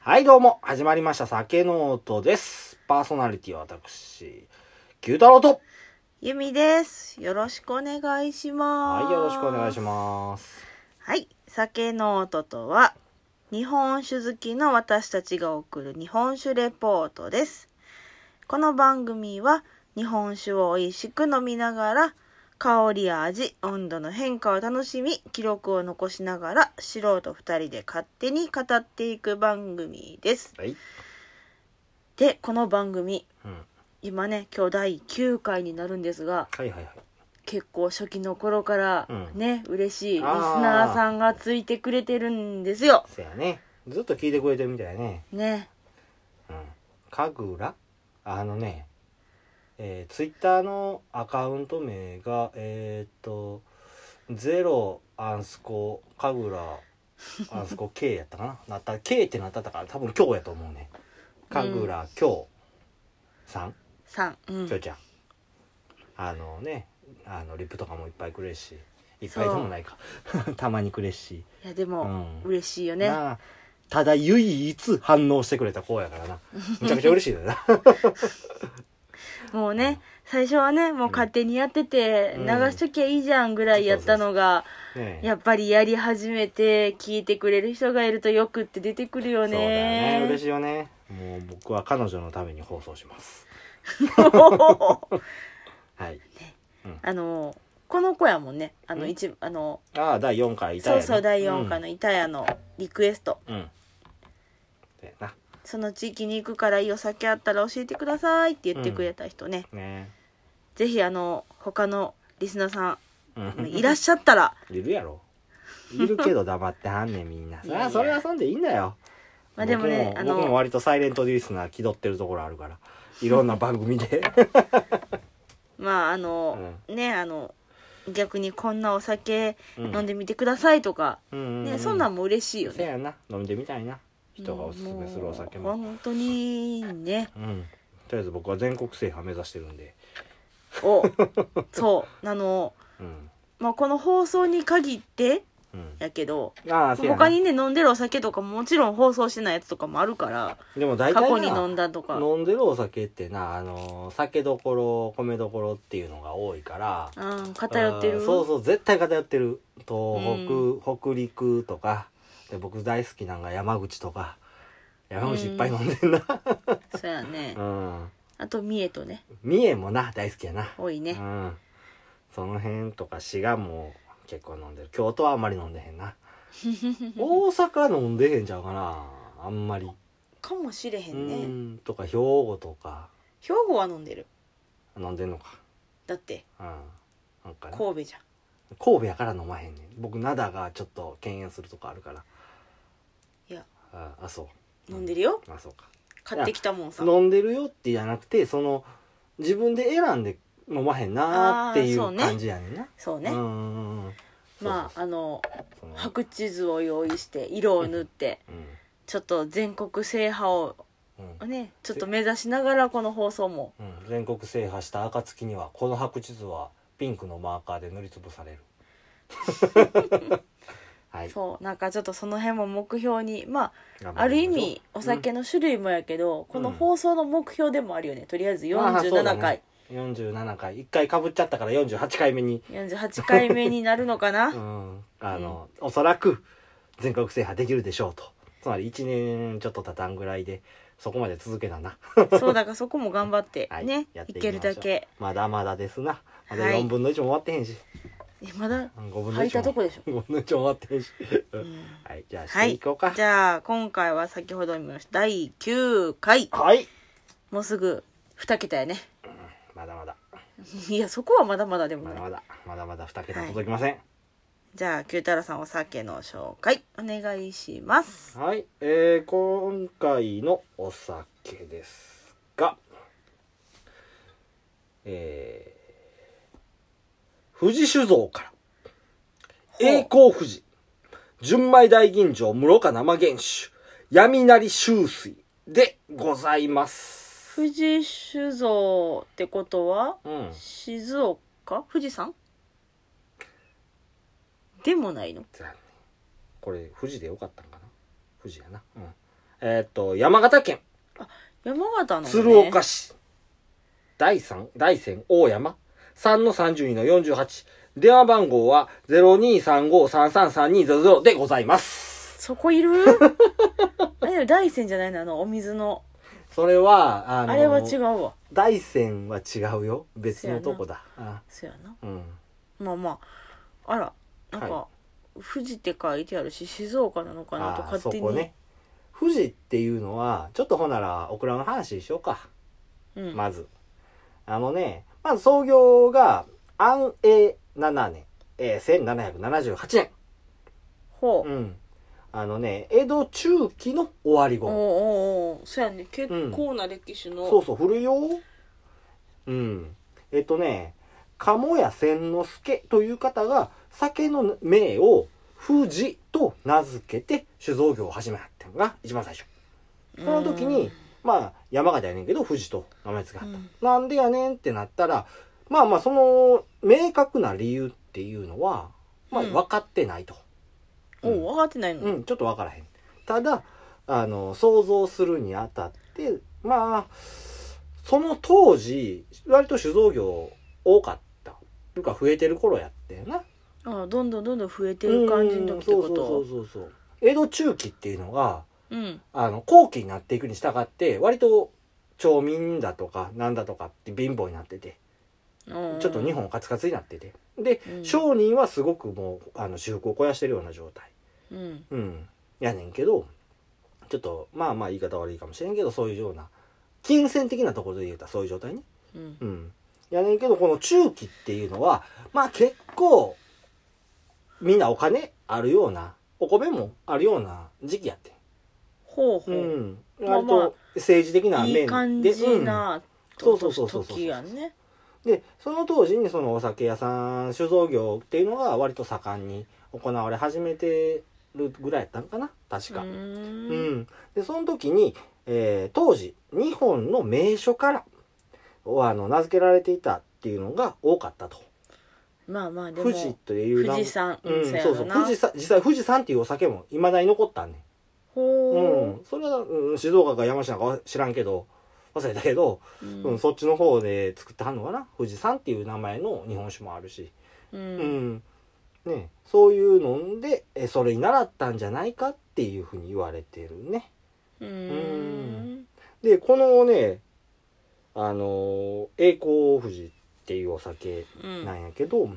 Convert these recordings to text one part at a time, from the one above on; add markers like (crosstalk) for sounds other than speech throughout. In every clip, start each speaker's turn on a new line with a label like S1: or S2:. S1: はい、どうも、始まりました、酒の音です。パーソナリティは私、牛太郎と。
S2: ゆみです。よろしくお願いします。
S1: はい、よろしくお願いします。
S2: はい。酒の音とは、日本酒好きの私たちが送る日本酒レポートです。この番組は、日本酒を美味しく飲みながら、香りや味、温度の変化を楽しみ、記録を残しながら、素人二人で勝手に語っていく番組です。
S1: はい。
S2: で、この番組、
S1: うん。
S2: 今ね、今日第9回になるんですが、
S1: はいはいはい。
S2: 結構初期の頃から
S1: うん
S2: ね、嬉しいリス
S1: あー
S2: ナーさんがついてくれてるんですよ。
S1: せやね。ずっと聞いてくれてるみたいね。
S2: ね。
S1: うん。かぐらあのね、えー、ツイッターのアカウント名が、えー、っと、ゼロアンスコ、かぐらアンスコ K やったかな。なった、K ってなったから、多分今日やと思うね。かぐら今日さん。
S2: さん。うん
S1: きょ。うちゃんあのねあのリップとかもいっぱいくれるしいっぱいでもないか (laughs) たまにくれるし、
S2: いや、で
S1: う
S2: も、
S1: ん
S2: 嬉しいよね。
S1: なあただ唯一反応してくれた子やから
S2: (laughs)
S1: なめちゃくちゃ嬉しいだな (laughs)
S2: もうね、最初はね、もう勝手にやってて、
S1: うん
S2: 流しときゃいいじゃんぐらいやったのが、
S1: ねえ
S2: やっぱりやり始めて、聞いてくれる人がいるとよくって出てくるよ
S1: そうだよね嬉
S2: ね。
S1: しいよねもう僕は彼女のために放送しますはい
S2: (laughs) あの、この子やもんね。あ
S1: う
S2: の、
S1: ん
S2: 一、あの、
S1: ああ第4回いたや
S2: そ
S1: ね
S2: うそう、第4
S1: の
S2: 回の板谷のリクエスト。
S1: うん、うんだよな
S2: その地域に行くからいいお酒あったら教えてくださいって言ってくれた人ね、
S1: ね
S2: ぜひあの他のリスナーさ
S1: え、うんん、
S2: いらっしゃったら
S1: いるやろいるけど黙ってはんねんみんな
S2: いやい
S1: さあ
S2: や
S1: それ遊んでいいんだよ
S2: まあでもね
S1: 僕
S2: あの
S1: 僕も割とサイレントリスナー気取ってるところある
S2: (laughs)
S1: からいろんな番組で
S2: まああの、ねあの逆にこんなお酒
S1: うん
S2: 飲んでみてくださいとか、
S1: うんうん
S2: ね、そんなんも嬉しいよ
S1: せ
S2: ね
S1: やな飲んでみたいな人がおすすめするお酒
S2: う
S1: も
S2: んう本当にね
S1: うんとりあえず僕は全国制覇目指してるんで (laughs)
S2: をそうあの、
S1: うん
S2: まあ、この放送に限って
S1: うん
S2: やけど
S1: ああせや
S2: 他
S1: な
S2: にね飲んでるお酒とかももちろん放送してないやつとかもあるから
S1: でも大
S2: 過
S1: 体な
S2: 去に飲んだとか
S1: 飲んでるお酒ってなあの酒どころ米どころっていうのが多いから
S2: うん偏って
S1: あ
S2: る
S1: ーそうそう絶対偏ってる東北、
S2: う
S1: 北陸とかで僕大好きなんが山口とか山口いっぱい飲んでん
S2: (laughs)
S1: な
S2: そうやね
S1: う。ん、
S2: あと、三重とね、
S1: 三重もな大好きやな、
S2: 多いうね。
S1: ん、その辺とか滋賀も結構飲んでる京都はあんまり飲んでへん
S2: (laughs)
S1: な大阪飲んでへんちゃうかなあんまり、
S2: かもしれへ
S1: うん
S2: ね。
S1: んとか兵庫とか
S2: 兵庫は飲んでる。
S1: 飲んでんのか
S2: だって、
S1: うんなんかな
S2: 神戸じゃん。
S1: 神戸やから飲まへんねん僕灘がちょっと敬遠するとこあるから
S2: いや、
S1: ああそう
S2: 飲んでるよ。
S1: あそうか
S2: 買ってきたもんさ。
S1: 飲んでるよってじゃなくてその自分で選んで飲まへんなーってい
S2: あーそう
S1: う
S2: ね
S1: 感じやねんな
S2: そうね
S1: う。んうんうん
S2: まあ、
S1: あ
S2: あの、
S1: その
S2: 白地図を用意して、色を塗って、
S1: う
S2: ちょっと全国制覇を
S1: んうん
S2: ね、ちょっと目指しながらこの放送も。
S1: うん、全国制覇した暁にはこの白地図はピンクのマーカーで塗りつぶさ
S2: (laughs)
S1: れるはい
S2: そう、なんかちょっとその辺も目標に、ま
S1: 頑
S2: あ、
S1: 張
S2: ある
S1: り
S2: 意
S1: ましょう
S2: 味、お酒の種類もやけど、この放送の目標でもあるよね。とりあえず
S1: まあそうだ
S2: 47
S1: ね
S2: 回。
S1: 47回1回かぶっちゃったから48回目に
S2: 48回目になるのかな
S1: うんあの、おそらく全国制覇できるでしょうとつまり1年ちょっとたたんぐらいでそこまで続けたな、 (laughs)
S2: そうだからそこも頑張って
S1: はい
S2: ね、
S1: やって
S2: い
S1: い
S2: けるだけ
S1: まだまだですなまだ
S2: はい
S1: 4分の1も終わってへんし、
S2: えまだ
S1: うん5分の
S2: 履いた
S1: 1
S2: と
S1: も
S2: こでしょ、
S1: 5分の1も終わってへんし、
S2: うん
S1: はいじゃあし
S2: は
S1: てい
S2: い
S1: こうか
S2: じゃあ今回は先ほど見ました第9回
S1: はい
S2: もうすぐ2桁やね (laughs)
S1: まだまだ
S2: いやそこはまだまだでも
S1: まだ
S2: な
S1: ま
S2: い
S1: だまだまだ2桁届きません
S2: じゃあ九太郎さんお酒の紹介お願いします
S1: はい、えー、今回のお酒ですがえー、富士酒造から
S2: う
S1: 栄光富士純米大吟醸室岡生原酒闇なり秋水でございます
S2: 富士酒造ってことは
S1: うん
S2: 静岡富士山でもないの
S1: 残念これ富士でよかったんかな富士やなうんえっ、と、山形県、
S2: 山形の、ね、
S1: 鶴岡市、第三、大山、大山、3の32の48。電話番号は0235-333200でございます。
S2: そこいる (laughs) あれ大山じゃないのあのお水の
S1: それは、あ
S2: あ
S1: の、
S2: れは違うわ
S1: 大山は違うよ。別のとこだ。あ
S2: そうやな
S1: うん。
S2: まあまああらなんか、
S1: は
S2: 富士って書いてあるし静岡なのかなと
S1: あー
S2: 勝
S1: そ
S2: 手に
S1: こね。富士っていうのは、ちょっとほんなら、オクラの話しようか。
S2: うん、
S1: まず。あのね、まず創業が、安永7年、えー1778年。
S2: ほう、
S1: うん。あのね、江戸中期の終わり
S2: おう
S1: 頃。
S2: おうおうそうやね結構な歴史の、
S1: そうそう、古いよ。うん。えっとね、鴨屋千之助という方が、酒の名を富士と名付けて酒造業を始めたっていうのが一番最初。その時に、まあ、山形やねんけど、富士と名前使った。
S2: うん
S1: なんでやねんってなったら、まあまあ、その、明確な理由っていうのは、まあ、
S2: うん
S1: 分かってないと。
S2: おう分かってないの、
S1: うん、ちょっと分からへん。ただ、あの、想像するにあたって、まあ、その当時、割と酒造業多かった。というか、増えてる頃やったよな。っ
S2: ああどんどんどんどん増えてる感じの時って
S1: そ
S2: こ
S1: うそうそう
S2: と
S1: そうそう。江戸中期っていうのが、
S2: うん
S1: あの、後期になっていくに従って、割と、町民だとか、なんだとかって貧乏になってて、
S2: おう
S1: ちょっと日本カツカツになってて。で、
S2: うん
S1: 商人はすごくもう、あの、私腹を肥やしてるような状態。
S2: うん
S1: うん、やねんけどちょっとまあまあ言い方悪いかもしれんけどそういうような金銭的なところで言うたらそういう状態ね、
S2: うん
S1: うん、やねんけどこの中期っていうのはまあ結構みんなお金あるようなお米もあるような時期やって
S2: ほうほ
S1: ん、
S2: う、
S1: うん、
S2: まあ
S1: 割
S2: まあ
S1: と政治的な面で
S2: いい感じな
S1: そう
S2: と
S1: そうそうそうそう
S2: 時やね
S1: うん、でその当時にそのお酒屋さん酒造業っていうのが割と盛んに行われ始めてるぐらいやったんかな確か。
S2: う
S1: う
S2: ーん
S1: ん、でその時に、えー当時日本の名所からおあの名付けられていたっていうのが多かったと
S2: まあまあでも
S1: 富士という名
S2: 富士山
S1: うん、
S2: そうや
S1: そうそう
S2: ろな
S1: 富士山実際富士山っていうお酒もいまだに残ったんねん、う
S2: ほ
S1: ん、それは、うん、静岡か山下かは知らんけど忘れたけど、
S2: う、う
S1: うんんそっちの方で作ってはんのかな富士山っていう名前の日本酒もあるし、
S2: う
S1: うん
S2: ん
S1: ねえ、そういうのでえそれに習ったんじゃないかっていうふうに言われてるね。
S2: う
S1: うん
S2: ん
S1: でこのねあのー栄光富士っていうお酒
S2: うん
S1: なんやけど、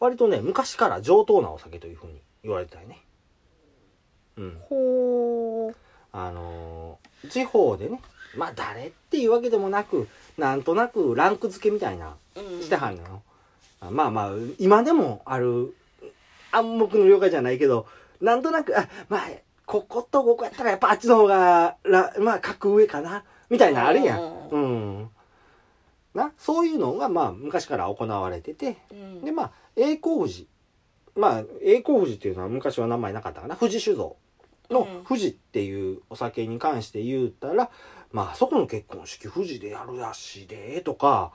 S1: 割とね昔から上等なお酒というふうに言われてたよねうん
S2: ほう
S1: あのー地方でねまあ誰っていうわけでもなくなんとなくランク付けみたいな
S2: うん
S1: してはんのよ、あまあまあ今でもある暗黙の了解じゃないけどなんとなくあまあこことここやったらやっぱあっちの方がらまあ格上かなみたいなあるやん
S2: う
S1: うんなそういうのがまあ昔から行われてて
S2: うん
S1: でまあ栄光富士まあ栄光富士っていうのは昔は名前なかったかな富士酒造の
S2: うん
S1: 富士っていうお酒に関して言うたら、まああそこの結婚式富士でやるらしいでとか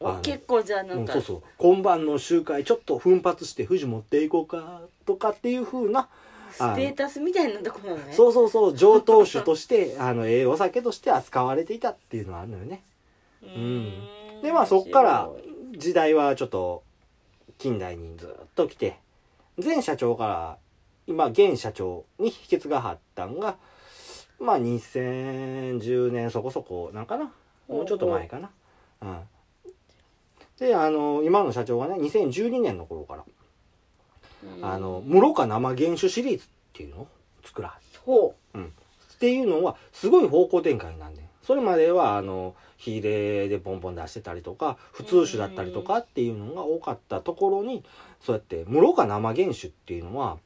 S1: あ
S2: お
S1: の
S2: 結構じゃあな
S1: うんん、
S2: か
S1: そうそう今晩の集会ちょっと奮発して富士持っていこうかとかっていう風な
S2: ステータスみたいなとこなのね
S1: そうそうそう上等酒としてあのええお酒として扱われていたっていうのはあるのよね
S2: う
S1: うんでまあそっから時代はちょっと近代にずっと来て前社長から今現社長に秘訣が張ったんがまあ2010年そこそこなんかなもうちょっと前かなうんであの今の社長がね2012年の頃から
S2: うん
S1: あの室賀生原酒シリーズっていうのを作らはる
S2: ほ
S1: っていうのはすごい方向転換になんでそれまではあの火入れでポンポン出してたりとか普通酒だったりとかっていうのが多かったところにそうやって室賀生原酒っていうのは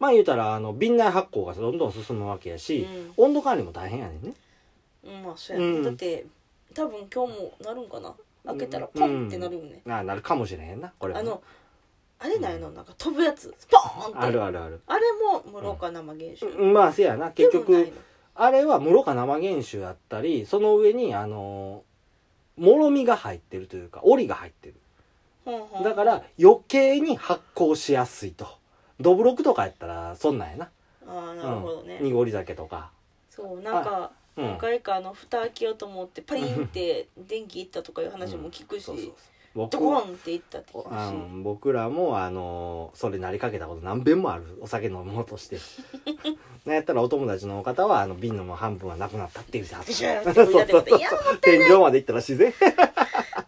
S1: まあ言うたらあの瓶内発酵がどんどん進むわけや
S2: う
S1: し、
S2: うん
S1: 温度管理も大変やねんね。
S2: うんまあそうやね
S1: うん
S2: だって多分今日もなるんかな開けたらポンってなるよね
S1: ななるかもしれへんなこれも
S2: あ
S1: ね
S2: のあれないのなんか飛ぶやつポーンって
S1: あるあるある。
S2: あれも室岡生原酒、
S1: うんまあせやな結
S2: でもない
S1: 局
S2: の
S1: あれは室賀生原酒やったりその上にあのもろみが入ってるというか折が入ってる。
S2: ほんほん
S1: だから余計に発酵しやすいと。ドブロクとかやったらそんなんやな。
S2: うああなるほどね、
S1: うん、濁り酒とか、
S2: そうなんか
S1: うん、
S2: 何回かあの蓋開けようと思ってパリンって電気いったとかいう話も聞くし、
S1: そうそうそう
S2: ド
S1: 僕
S2: コンっていったって聞くし、
S1: あの僕らもあのそれなりかけたこと何遍もあるお酒飲もうと
S2: (laughs)
S1: してなんやったらお友達の方はあの瓶のもう半分はなくなったっていうさ
S2: ビシューって置いたってこといや
S1: 天井まで行ったら自然もっ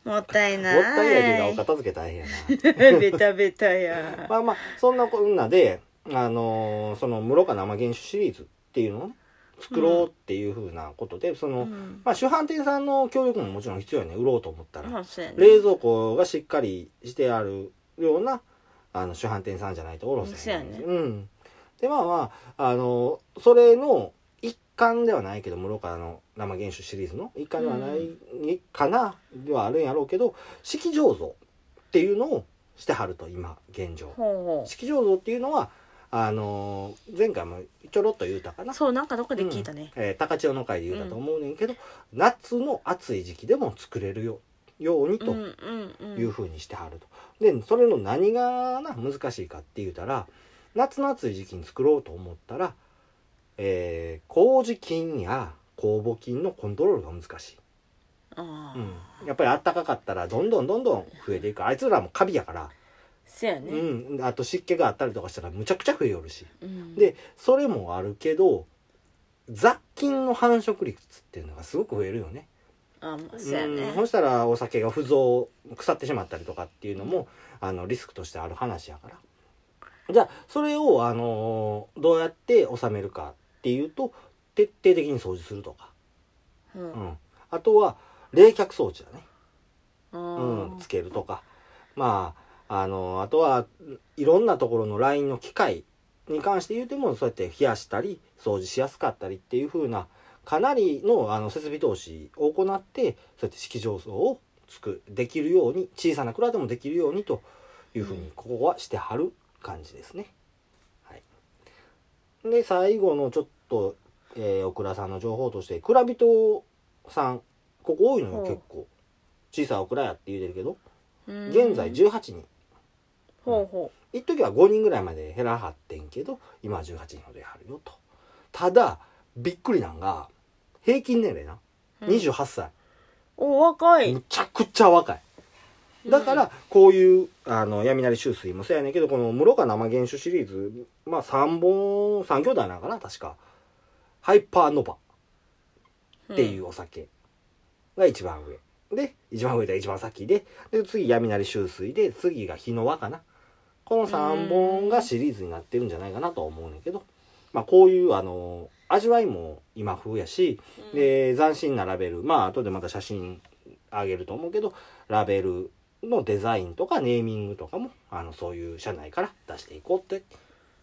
S2: もったいない
S1: たいやけどお片付け大変やな
S2: ベタベタや
S1: まあまあそんなこんなであのその室岡生原酒シリーズっていうのをね作ろうっていうふうなことで、そうの、
S2: ん
S1: まあ、主販店さんの協力ももちろん必要やね売ろうと思ったら、
S2: まあそうやね
S1: 冷蔵庫がしっかりしてあるようなあの主販店さんじゃないとおろせないんですようん、でまあまああのそれの一環ではないけど室岡の生原酒シリーズの一環ではない、かなではあるんやろうけど式醸造っていうのをしてはると今現状
S2: ほうほ
S1: 式醸造っていうのはあの前回もちょろっと言うたか
S2: う
S1: な
S2: そうなんかどっかで聞いたね、
S1: えー高千代の会で言うたと思うねんけど、夏の暑い時期でも作れるよように
S2: うん、う
S1: と
S2: んうん
S1: いうふうにしてはると。でそれの何がな難しいかって言うたら夏の暑い時期に作ろうと思ったら、えー、麹菌や酵母菌のコントロールが難しい。
S2: ああ、
S1: うん、やっぱり暖かかったらどんどんどんどん増えていくあいつらもカビやから、
S2: せやね、
S1: うん、あと湿気があったりとかしたらむちゃくちゃ増えよるし。
S2: うん
S1: でそれもあるけど雑菌の繁殖率っていうのがすごく増えるよね。
S2: あまあせやね
S1: うんそしたらお酒が不増腐ってしまったりとかっていうのも、あのリスクとしてある話やから。じゃあそれを、あのどうやって収めるかっていうと徹底的に掃除するとか、
S2: うん
S1: う、ん、あとは冷却装置だね、
S2: うん
S1: うん、つけるとかまあ、あのあとはいろんなところのラインの機械に関して言うてもそうやって冷やしたり掃除しやすかったりっていう風なかなりのあの設備投資を行ってそうやって式場層をつくできるように小さな蔵でもできるようにという風
S2: うん
S1: にここはしてはる感じですね。はい、で最後のちょっと、えー、お蔵さんの情報として蔵人さんここ多いの
S2: ほ
S1: よ
S2: う
S1: 結構小さいお蔵やって言うてるけど
S2: うん
S1: 現在18人
S2: ほうほ
S1: 一時は5人ぐらいまで減らはってんけど今は18人ほどやはるよとただびっくりなんが平均年齢な
S2: う、うん、
S1: 28歳、
S2: お若い、
S1: むちゃくちゃ若いだからこういうあの闇なり秋水もそうやねんけどこの室賀生原酒シリーズまあ3本3兄弟なんかな確かハイパーノバっていううお酒が一番上。で、一番上で一番先で、で、次、闇なり秋水で、次が日の輪かな。この3本がシリーズになってるんじゃないかなとは思うねんけど、まあ、こういう、あの、味わいも今風やし、
S2: うん、
S1: で、斬新なラベル、まあ、後でまた写真あげると思うけど、ラベルのデザインとかネーミングとかも、あの、そういう社内から出していこうって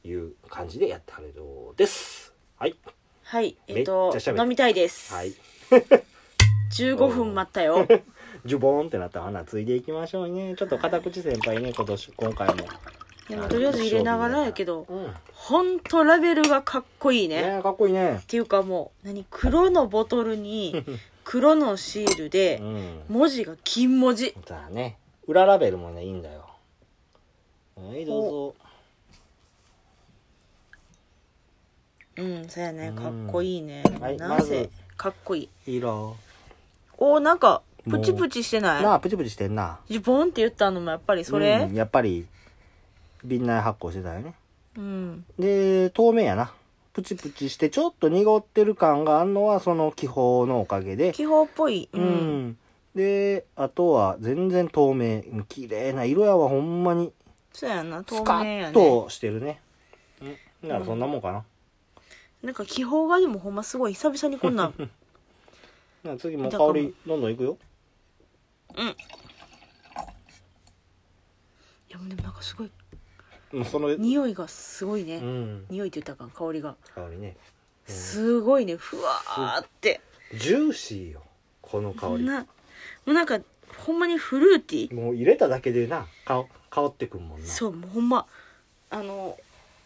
S1: いう感じでやってはるようです。はい。
S2: はいえっと
S1: めっちゃ喋った
S2: 飲みたいです、
S1: はい。
S2: 15分待ったよ
S1: ジュボーンってなったら花ついでいきましょうねちょっと片口先輩ね今年今回も
S2: でもとりあえず入れながらやけど
S1: うん
S2: ほんとラベルがかっこいいね
S1: ねかっこいいね
S2: っていうかもう何黒のボトルに
S1: (laughs)
S2: 黒のシールで
S1: うん
S2: 文字が金文字
S1: だね裏ラベルもねいいんだよはいどうぞ
S2: うんそうやねかっこいいね、
S1: はい
S2: な
S1: まず
S2: ぜかっこいい
S1: 色
S2: おなんかプチプチしてない
S1: なあプチプチしてんな
S2: ジュボンって言ったのもやっぱりそれ
S1: うんやっぱり瓶内発酵してたよね
S2: うん、
S1: で透明やなプチプチしてちょっと濁ってる感があんのはその気泡のおかげで
S2: 気泡っぽい
S1: うん、であとは全然透明綺麗な色やわほんまに
S2: そうやな透
S1: スカ
S2: 明や
S1: ッ
S2: ね
S1: としてるね。うん。だからそんなもんかな。
S2: なんか気泡がでもほんますごい久々にこ
S1: (laughs)
S2: んなん
S1: なんか次もう香りどんどんいくよ。
S2: いやでもなんかすごい
S1: もうその、う
S2: 匂いがすごいね、
S1: ん。
S2: 匂いって言ったらあかん香りが
S1: 香りね。
S2: すごいねふわーって
S1: ジューシーよ。この香り。
S2: なもうなんかほんまにフルーティー
S1: もう入れただけでな、香、香ってくんもんな。
S2: そうもうほんまあの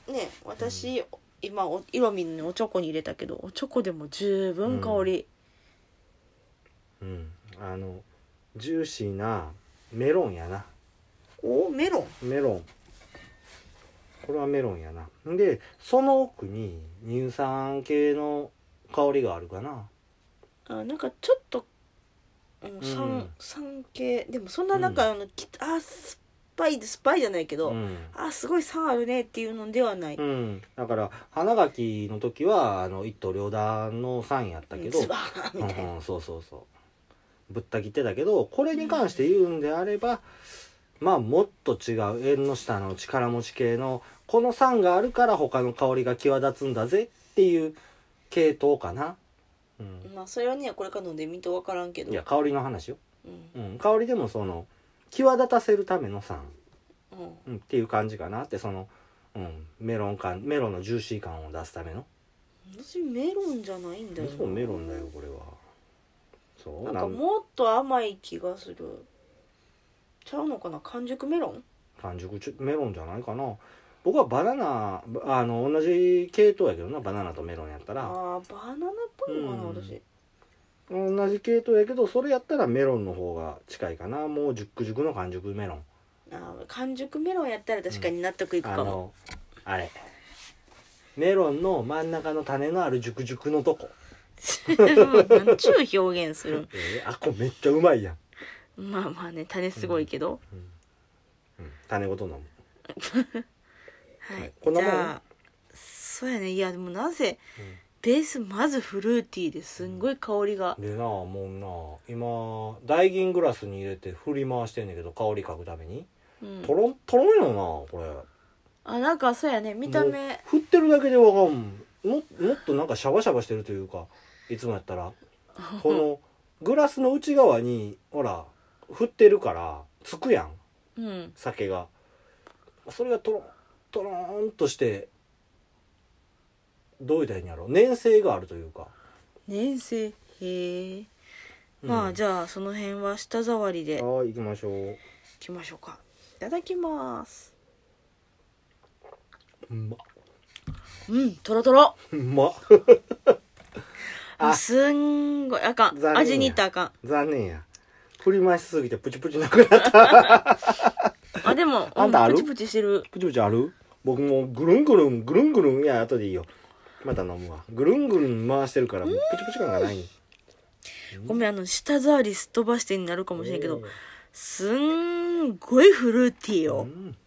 S2: ね私、今お色味のおチョコに入れたけどおチョコでも十分香り、
S1: うん。あの、ジューシーなメロンやな。
S2: おメロン
S1: メロン。これはメロンやな。で、その奥に乳酸系の香りがあるかな。
S2: あなんかちょっと、うん、
S1: うん
S2: 酸酸系でもそんななんか、あのきあ酸っぱい酸っぱいじゃないけど、
S1: うん。
S2: あすごい酸あるねっていうのではない、う
S1: うんん、だから花垣の時はあの一刀両断の3やったけど、
S2: ズバーンみたいな、
S1: うんうんそうそうそうぶった切ってたけどこれに関して言うんであれば、まあもっと違う縁の下の力持ち系のこの酸があるから他の香りが際立つんだぜっていう系統かな、うん、
S2: まあそれはねこれから飲んでみんと分からんけど
S1: いや香りの話よ、
S2: うん
S1: うん、香りでもその際立たせるための酸、
S2: うん
S1: うん、っていう感じかなってその、うん、メロン感メロンのジューシー感を出すための
S2: 私メロンじゃないんだよな
S1: そうメロンだよこれはそう
S2: な
S1: なんん
S2: かもっと甘い気がするちゃうのかな完熟メロン
S1: 完熟ちゅメロンじゃないかな僕はバナナばあの同じ系統やけどなバナナとメロンやったら
S2: あーバナナっぽいのかな、
S1: うん
S2: 私
S1: 同じ系統やけどそれやったらメロンの方が近いかなもう熟熟の完熟メロン
S2: あー完熟メロンやったら確かに納得いく
S1: あ
S2: かも、
S1: のあれメロンの真ん中の種のある熟熟のとこ、
S2: なんちゅう表現する
S1: えーあこれめっちゃうまいやん、
S2: まあまあね種すごいけど、
S1: うん、種ごと飲む
S2: は
S1: はい
S2: い
S1: こんな
S2: じ
S1: もん
S2: ゃあそうやねいやでもなぜ、ベースまずフルーティーですんごい香りが、
S1: でなもうな今大銀グラスに入れて振り回してんねんけど香り嗅ぐために
S2: うん
S1: とろんとろんよなこれ
S2: あなんかそうやね見た
S1: も
S2: 目
S1: う振ってるだけでわかんももっとなんかシャバシャバしてるというかいつもやったらこのグラスの内側にほら振ってるからつくやん
S2: うん
S1: 酒がそれがとろんとろーんとしてどう言ったらいいんやろ粘性があるというか、
S2: 粘性へえ
S1: うん
S2: まあじゃあその辺は舌触りでい
S1: はい行きましょう
S2: きましょうかいただきます
S1: うんま
S2: うんとろとろ
S1: うまあ
S2: すんごいあかん
S1: 残念や
S2: 味にいったらあか
S1: 残念や振り回しすぎてプチプチなくなった
S2: んあでも、
S1: (laughs) あんたあ
S2: うん
S1: る
S2: プチプチしてる
S1: プチプチある僕もうぐるんぐるんぐるんぐるんいや後でいいよまた飲むわぐるんぐるん回してるからもうプチプチ感がない
S2: ごめんあの舌触りすっ飛ばしてになるかもしれんけど
S1: うん
S2: すんごいフルーティーよ、
S1: うん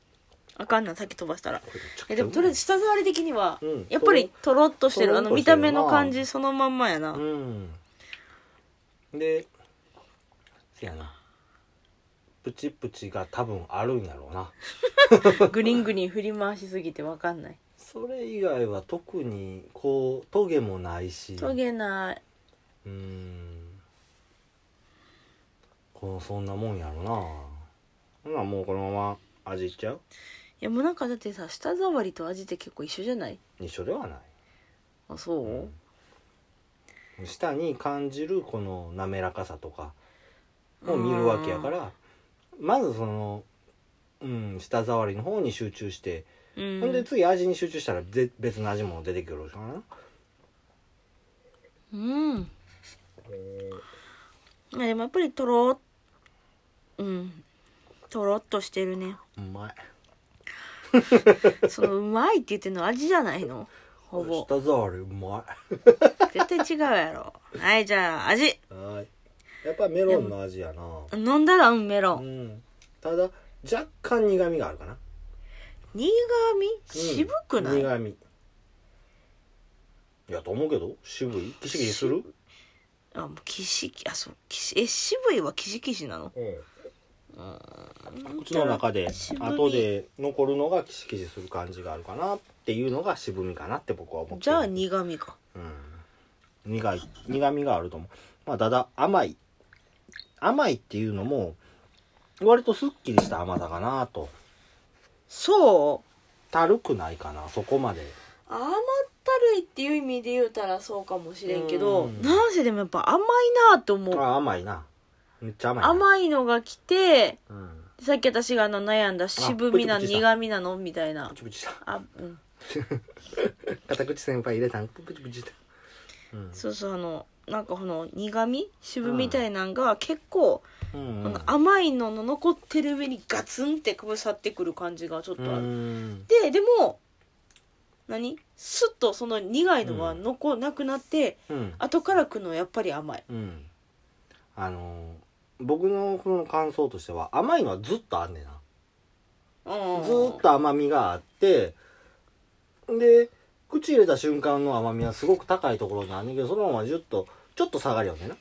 S2: あかんなさっき飛ばしたら
S1: これめちゃくちゃ
S2: えでもとりあえず舌触り的には、
S1: うん
S2: やっぱりとろっとしてる
S1: とろ
S2: あ
S1: っ
S2: の
S1: と
S2: 見
S1: してる
S2: た目の感じそのまんまやな、
S1: うんでせやなプチプチが多分あるんやろうな
S2: グリングリン振り回しすぎてわかんない
S1: それ以外は特にこうトゲもないし
S2: とげないう
S1: ーんこうそんなもんやろなほなもうこのまま味いっちゃう
S2: いやもうなんかだってさ舌触りと味って結構一緒じゃない
S1: 一緒ではない
S2: あそう、
S1: 舌に感じるこの滑らかさとかを見るわけやからまずその、うん、舌触りの方に集中して、
S2: うん
S1: ほんで次味に集中したらぜ別の味も出てくるかな
S2: うんまあでもやっぱりとろうんとろっとしてるね
S1: うまい
S2: そのうまいって言ってんの味じゃないのほぼ
S1: 舌触りうま
S2: 絶対違うやろはいじゃあ
S1: い
S2: 味
S1: はいやっぱメロンの味やな
S2: 飲んだらうんメロ
S1: う
S2: ン
S1: んただ若干苦味があるかな
S2: 苦味
S1: うん
S2: 渋くない、
S1: 苦味いやと思うけど渋いキシキシする
S2: あもうキシキあそうキシえ渋いはキシキシなの
S1: 口の中で
S2: 渋み
S1: 後で残るのがキシキシする感じがあるかなっていうのが渋みかなって僕は思ってる
S2: じゃあ苦味か
S1: うん、苦い苦みがあると思うまあただ甘い甘いっていうのも割とすっきりした甘さかなと
S2: そう
S1: たるくないかなそこまで
S2: 甘ったるいっていう意味で言うたらそうかもしれんけど
S1: うん
S2: なんせでもやっぱ甘いなと思う
S1: あ甘いなめっちゃ甘いな
S2: 甘いのが来て
S1: うん
S2: さっき私があの悩んだ渋みな
S1: プ
S2: の
S1: チプチした
S2: 苦みなのみたいな
S1: プチプチした
S2: あうん
S1: 片口先輩入れたんプチプチしたうん
S2: そうそうあのなんかこの苦味渋みたいなんが結構、
S1: うんう
S2: あ
S1: ん
S2: の甘いのの残ってる上にガツンってかぶさってくる感じがちょっとあって
S1: うん
S2: ででも何スッとその苦いのが残、なくなって
S1: うん
S2: 後から来るのはやっぱり甘い
S1: うんあのー僕のこの感想としては甘いのはずっとあんねんな
S2: うん
S1: ずーっと甘みがあってで口入れた瞬間の甘みはすごく高いところにあんねんけどそのままずっとちょっと下がるよねんな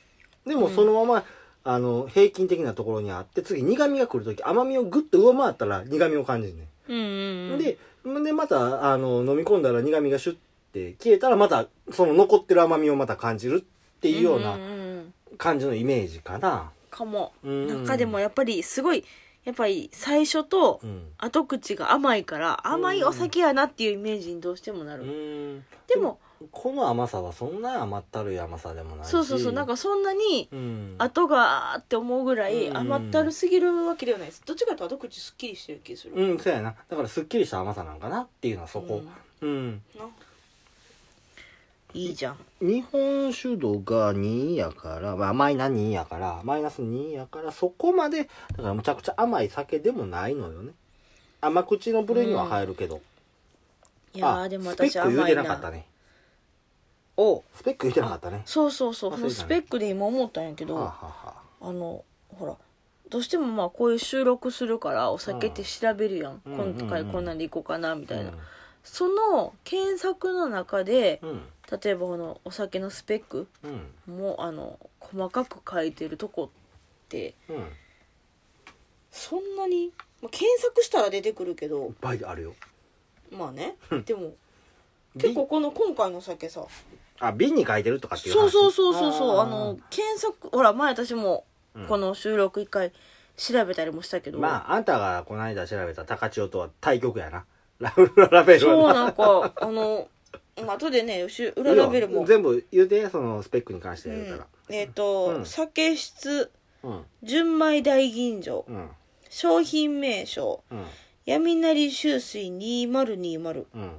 S1: でも
S2: うん
S1: そのまま、あの平均的なところにあって次苦みが来る時甘みをグッと上回ったら苦みを感じるねん
S2: うんうんうん
S1: ででまたあの飲み込んだら苦みがシュッて消えたらまたその残ってる甘みをまた感じるっていうようなん
S2: んん
S1: 感じのイメージかな、
S2: かも
S1: うん
S2: 中でもやっぱりすごいやっぱり最初と
S1: うん
S2: 後口が甘いから甘いお酒やなっていうイメージにどうしてもなる、
S1: うん
S2: でも
S1: この甘さはそんな甘ったるい甘さでもないし
S2: そうそうそうなんかそんなに
S1: うん
S2: 後があって思うぐらい
S1: うん
S2: 甘ったるすぎるわけではないですどっちかというと後口すっきりしてる気する、
S1: うんそうやなだからすっきりした甘さなんかなっていうのはそこうん、
S2: うんいいじゃん
S1: 日本酒度が2やから、まあ、マイナ2やからマイナス2やからそこまでだからむちゃくちゃ甘い酒でもないのよね甘口の部類には入るけど、
S2: いやーでも私
S1: スペック言う
S2: 甘
S1: て
S2: い
S1: なかった
S2: な
S1: ね
S2: お
S1: スペック言うてなかったね
S2: そうそうそう
S1: あ
S2: その
S1: そ
S2: ス
S1: うだね
S2: ペックで今思ったんやけ
S1: は
S2: ど、
S1: あ、はあはあ、
S2: あのほらどうしてもまあこういう収録するからお酒って調べるやん、
S1: うんうん
S2: 今回こんなんでいこうかなみたいな、
S1: う
S2: その検索の中で
S1: んうん
S2: 例えばこのお酒のスペック
S1: うん
S2: もあの細かく書いてるとこって
S1: うん
S2: そんなに、まあ、検索したら出てくるけど
S1: 倍あるよ
S2: まあねで
S1: (laughs)
S2: も結構
S1: 瓶
S2: この今回の酒さ
S1: あ瓶に書いてるとかっていう
S2: そう
S1: 話
S2: そうそうそうそう
S1: ー
S2: あの検索ほら前私も
S1: うん
S2: この収録一回調べたりもしたけど、
S1: まああんたがこの間調べた高千代とは対局やなラウララベル
S2: そう
S1: は
S2: なんかあの、まあ、後でね後
S1: な
S2: 裏ラベルも、
S1: 全部言うてそのスペックに関して
S2: う
S1: やる
S2: ん
S1: か
S2: えっ、と、
S1: うん
S2: 酒質
S1: らうん
S2: 純米大吟醸
S1: うん
S2: 商品名称
S1: うん
S2: 闇なり秋水2020
S1: うん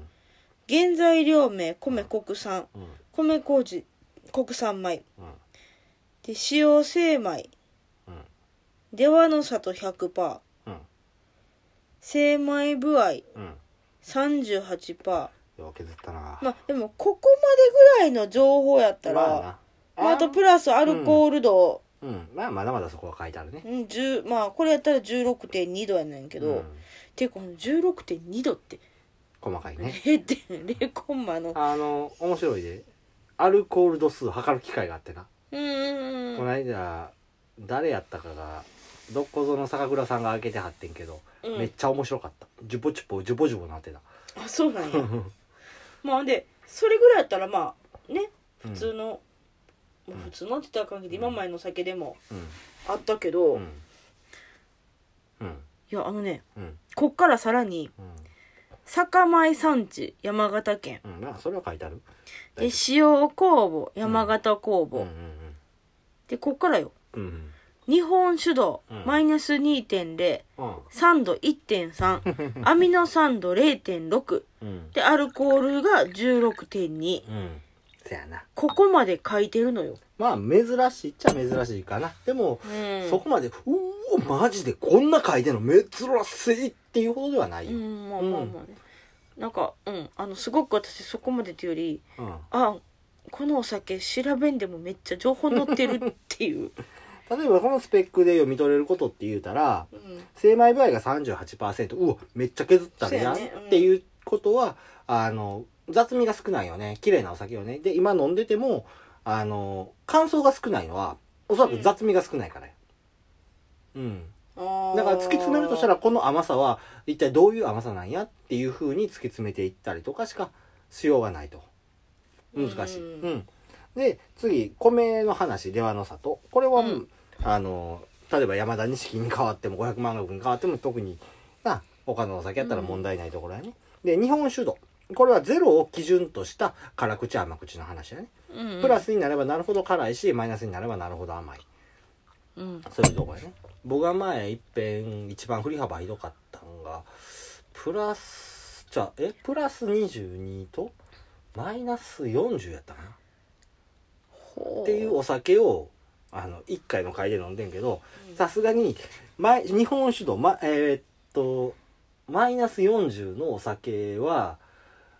S2: 原材料名米国産
S1: うん
S2: 米麹国産米
S1: うん
S2: で使用精米
S1: うん
S2: 出羽の里100%
S1: うん
S2: 精米部合
S1: うん
S2: 38%
S1: よう削ったな
S2: まあでもここまでぐらいの情報やったら、
S1: まあ
S2: まあ、あとプラスアルコール度、
S1: なうんまあまだまだそこは書いてあるね
S2: うん、10まあこれやったら16.2度やねんけど、
S1: うん
S2: ていうかこの16.2度って
S1: 細かいね
S2: 0.0コンマの
S1: あの面白いでアルコール度数測る機会があってな
S2: うんうん
S1: こ
S2: うん
S1: の間誰やったかがどっこぞの酒蔵さんが開けてはってんけど、
S2: うん
S1: めっちゃ面白かったジュポジュポジュポジュポなってた
S2: あそうな
S1: (laughs)
S2: んやまあでそれぐらいやったらまあね
S1: 普
S2: 普通の、まあ、普通のって言ったら関係で今までの酒でも
S1: うん
S2: あったけど、
S1: うん
S2: い
S1: うん
S2: やあのね
S1: うん
S2: こっからさらに酒米産地山形県
S1: うんうんあそれは書いてある
S2: で使用工房山形工
S1: うん
S2: 房、
S1: うん
S2: でこっからよ
S1: うんうん
S2: 日本酒度
S1: うん
S2: マイナス2.0
S1: うん
S2: 酸度1.3アミノ酸度0.6
S1: うん
S2: でアルコールが16.2
S1: うんせやな
S2: ここまで書いてるのよ、
S1: まあ珍しいっちゃ珍しいかなでも、
S2: うん、
S1: そこまでうおマジでこんな書いてんの珍しいっていうほどではないよ
S2: う、んまあまあまあね、なんかうんあのすごく私そこまでというより
S1: うん
S2: あこのお酒調べんでもめっちゃ情報載ってるっていう、
S1: 例えばこのスペックで読み取れることって言うたら
S2: うん
S1: 精米具合が38%うわめっちゃ削ったねやん
S2: そうやねうん
S1: っていうことはあの雑味が少ないよね綺麗なお酒をねで今飲んでてもあの感想が少ないのはおそらく雑味が少ないからようん、だから突き詰めるとしたらこの甘さは一体どういう甘さなんやっていうふうに突き詰めていったりとかしかしようがないと難しい、
S2: う
S1: うんんで次米の話出羽の里これは、
S2: うん
S1: あの例えば山田錦に変わっても500万石に変わっても特にな他のお酒やったら問題ないところやね、で日本酒度これはゼロを基準とした辛口甘口の話やね、
S2: うん
S1: プラスになればなるほど辛いしマイナスになればなるほど甘い
S2: うん
S1: そういうとこやね僕が前いっぺん一番振り幅ひどかったんがプラスじゃあえプラス22とマイナス40やったかな
S2: ほ
S1: っていうお酒をあの1回の会で飲んでんけど
S2: うん
S1: さすがにま日本酒の、ま、えーっとマイナス40のお酒は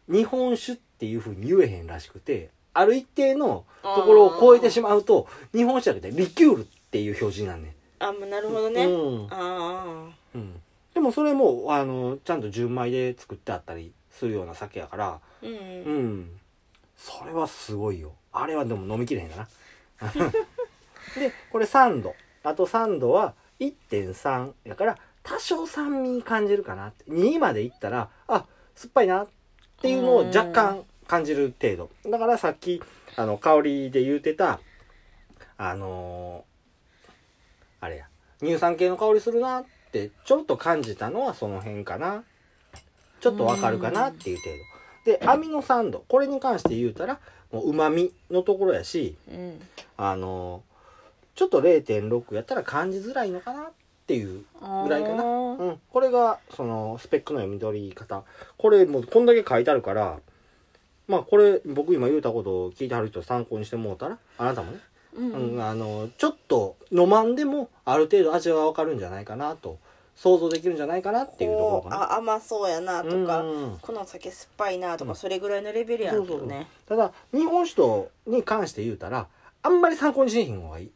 S1: 日本酒っていうふうに言えへんらしくてある一定のところを超えてしまうと日本酒じゃなくてリキュールっていう表示なんね
S2: あもうなるほど
S1: ん
S2: ね、
S1: うん
S2: ああ
S1: うん、でもそれもあのちゃんと純米で作ってあったりするような酒やから
S2: うん、
S1: うん、それはすごいよあれはでも飲みきれへん (laughs) かなでこれ3度あと3度は1.3やから多少酸味感じるかなって2までいったらあ酸っぱいなっていうのを若干感じる程度だからさっきあの香りで言うてたあのーあれや乳酸系の香りするなってちょっと感じたのはその辺かなちょっとわかるかなっていう程度でアミノ酸度これに関して言うたらもううまみのところやし
S2: うん
S1: あのちょっと0.6やったら感じづらいのかなっていう、ぐらいかな
S2: あー
S1: うん、これがそのスペックの読み取り方これもうこんだけ書いてあるからまあこれ僕今言うたことを聞いてはる人参考にしてもらったらあなたもね、
S2: うん
S1: うんあのちょっと飲まんでもある程度味がわかるんじゃないかなと想像できるんじゃないかなっていうところかな。
S2: あ甘そうやなとか、
S1: うん
S2: このお酒酸っぱいなとか、
S1: うん
S2: それぐらいのレベルやんけどね
S1: ただ日本酒とに関して言うたらあんまり参考にしへん方がいい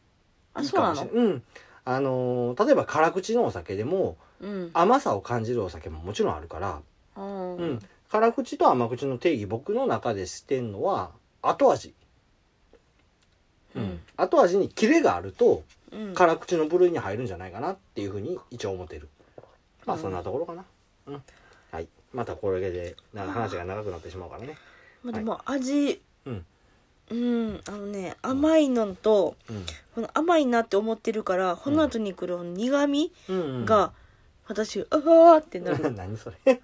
S2: あ
S1: いい
S2: そう
S1: か
S2: な
S1: もしれ
S2: の
S1: ないうんあのー例えば辛口のお酒でも
S2: うん
S1: 甘さを感じるお酒ももちろんあるから、
S2: うん
S1: うん、辛口と甘口の定義僕の中でしてんのは後味、
S2: うん
S1: 後味にキレがあると
S2: うん
S1: 辛口の部類に入るんじゃないかなっていうふうに一応思ってるまあそんなところかなうん、はいまたこれでな話が長くなってしまうからね
S2: まあ、でも味
S1: うん
S2: うんあのね甘いのと
S1: うん
S2: この甘いなって思ってるからこの後に来る苦味
S1: うんうん
S2: が、私うわーって
S1: (laughs)
S2: なる
S1: 何それ、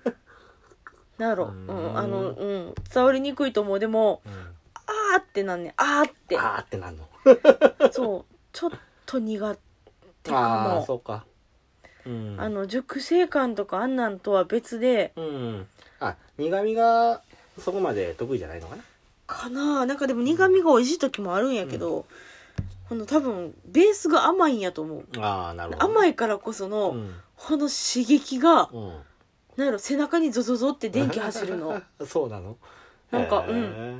S2: なんやろ、うん
S1: うん
S2: あのうん伝わりにくいと思うでも
S1: うん、
S2: あーってなんねあーって
S1: あーってなんの
S2: そうちょっと苦手
S1: あ
S2: か
S1: あー
S2: も
S1: そうかうん
S2: あの熟成感とかあんなんとは別で
S1: うんあ苦味がそこまで得意じゃないのかな
S2: かななんかでも苦味が美味しい時もあるんやけど、この多分ベースが甘いんやと思う
S1: ああなるほど
S2: 甘
S1: い
S2: いからこその、
S1: うん、
S2: この刺激が
S1: うん、
S2: なんやろ背中にゾゾゾって電気走
S1: (laughs)
S2: るの
S1: そうなの
S2: なんか
S1: へー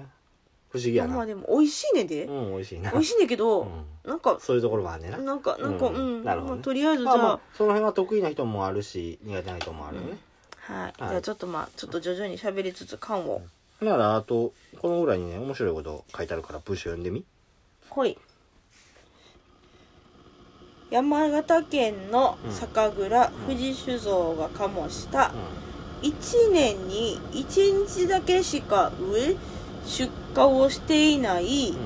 S1: 不思議やな、
S2: まあでも美味しいねんで、
S1: うん美味しいな
S2: 美味しいねんけど、
S1: うん、
S2: なんか
S1: そういうところもあんねんな
S2: なんかなんか
S1: う
S2: うんん、
S1: なるほどね
S2: まあとりあえずじ
S1: ま
S2: ゃあ、
S1: あまあその辺は得意な人もあるし苦手な人もあるよね、
S2: はい、
S1: はい
S2: じゃあちょっとまあちょっと徐々に喋りつつ缶を
S1: ならあとこの裏にね面白いこと書いてあるから文章読んでみ
S2: はい山形県の酒蔵、富士酒造が醸した1年に1日だけしか植え出荷をしていない
S1: うん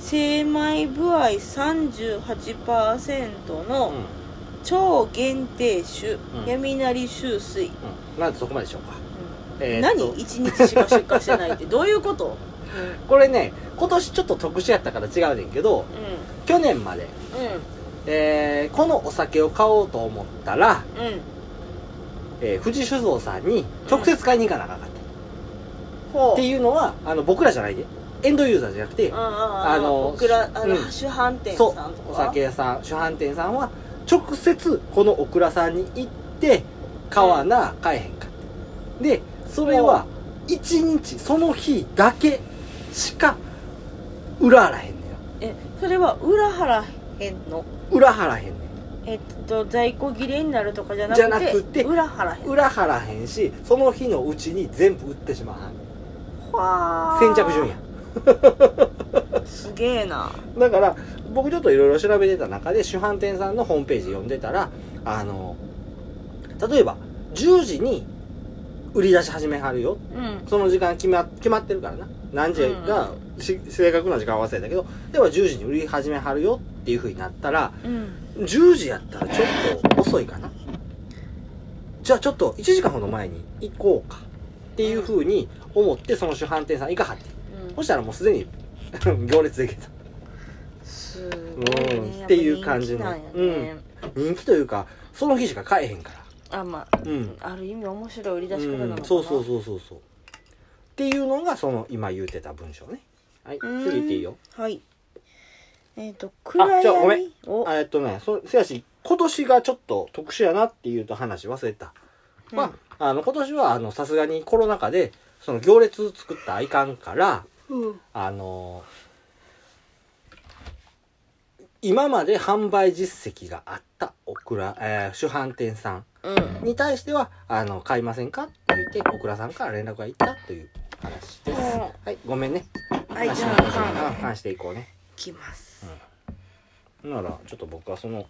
S2: 精米部合38%の
S1: うん
S2: 超限定種、
S1: ん
S2: 闇なり秋水、
S1: うんまずそこまででしょうか、えーっ
S2: 何
S1: と
S2: 1日しか出荷して
S1: (laughs)
S2: ないってどういうこと、
S1: これね今年ちょっと特殊やったから違うねんけど
S2: う
S1: 去年まで、
S2: ん
S1: えーこのお酒を買おうと思ったら、
S2: うんうん
S1: えー富士酒造さんに直接買いに行かなあかんかった、
S2: ほ
S1: っていうのはあの僕らじゃないでエンドユーザーじゃなくて、
S2: うんうんうんあ
S1: の
S2: の僕らあの、
S1: うん
S2: 主販店
S1: そう
S2: さんとか
S1: お酒屋さん主販店さんは直接このオクラさんに行って買わな買えへんかったでそれは1日その日だけしか売らはらへんねんよ
S2: えそれは裏腹へんの
S1: 売らはらへんねん
S2: えっと在庫切れになるとかじゃな
S1: じゃな
S2: く
S1: く
S2: て
S1: て
S2: 裏腹へん
S1: 売らはらへんしその日のうちに全部売ってしまわはん
S2: はあ
S1: 先着順や
S2: すげえな
S1: だから僕ちょっといろいろ調べてた中で主販店さんのホームページ読んでたらあの例えば10時に売り出し始めはるよ
S2: うん
S1: その時間決ま決まってるからな何時が、し正確な時間は忘れたけどでは10時に売り始めはるよっていう風になったら
S2: うん
S1: 10時やったらちょっと遅いかなじゃあちょっと1時間ほど前に行こうかっていう風に思ってその主販店さん行かはって
S2: うん
S1: そしたらもうすでに (laughs) 行列できた
S2: すごいね、
S1: うん
S2: やぱ
S1: っていう感じの
S2: 人気なんやね、
S1: うん人気というかその日しか買えへんから
S2: あまあ、
S1: うん
S2: ある意味面白い売り出し方なのかな、
S1: うんそうそうそうそうそうっていうのがその今言うてた文章ね
S3: はいう
S2: ーん
S3: 次行っていいよ
S2: はい。えっ、と、暗
S1: あじゃあごめん
S2: 闇を。
S1: あえっとねそせやし今年がちょっと特殊やなっていうと話忘れてた、
S2: うん
S1: まああの今年はあのさすがにコロナ禍でその行列作ったらいかんから
S2: うん。
S1: あの今まで販売実績があったオクラ、えー主販店さん
S2: うん。
S1: に対してはあの買いませんかって言ってオクラさんから連絡がいったという話です、
S2: うん
S1: はいごめんね
S2: はい、じ
S1: 話
S2: ゃ
S1: の
S2: あ、
S1: 話
S2: 缶
S1: は関していこうね
S2: いきます。
S1: ならちょっと僕はそのよ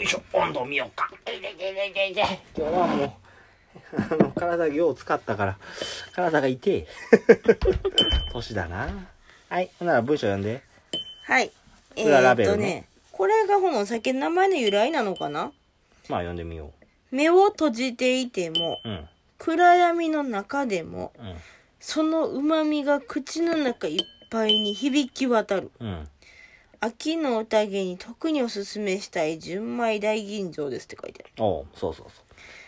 S1: いしょ温度を見ようかいていていていて今日はもうあの体を使ったから体が痛 (laughs) い年だなはいほんなら文章読んで
S2: はい。え
S1: 裏ラ
S2: ー、っ
S1: ベ
S2: と
S1: ルね
S2: ね、これが本お酒の名前の由来なのかな
S1: まあ読んでみよ
S2: 目を閉じていても、
S1: ううん
S2: 暗闇の中でも、
S1: うん
S2: その旨味が口の中いっぱいに響き渡る。
S1: うん
S2: 秋の宴に特におすすめしたい純米大吟醸ですって書いて
S1: おうそうそうそう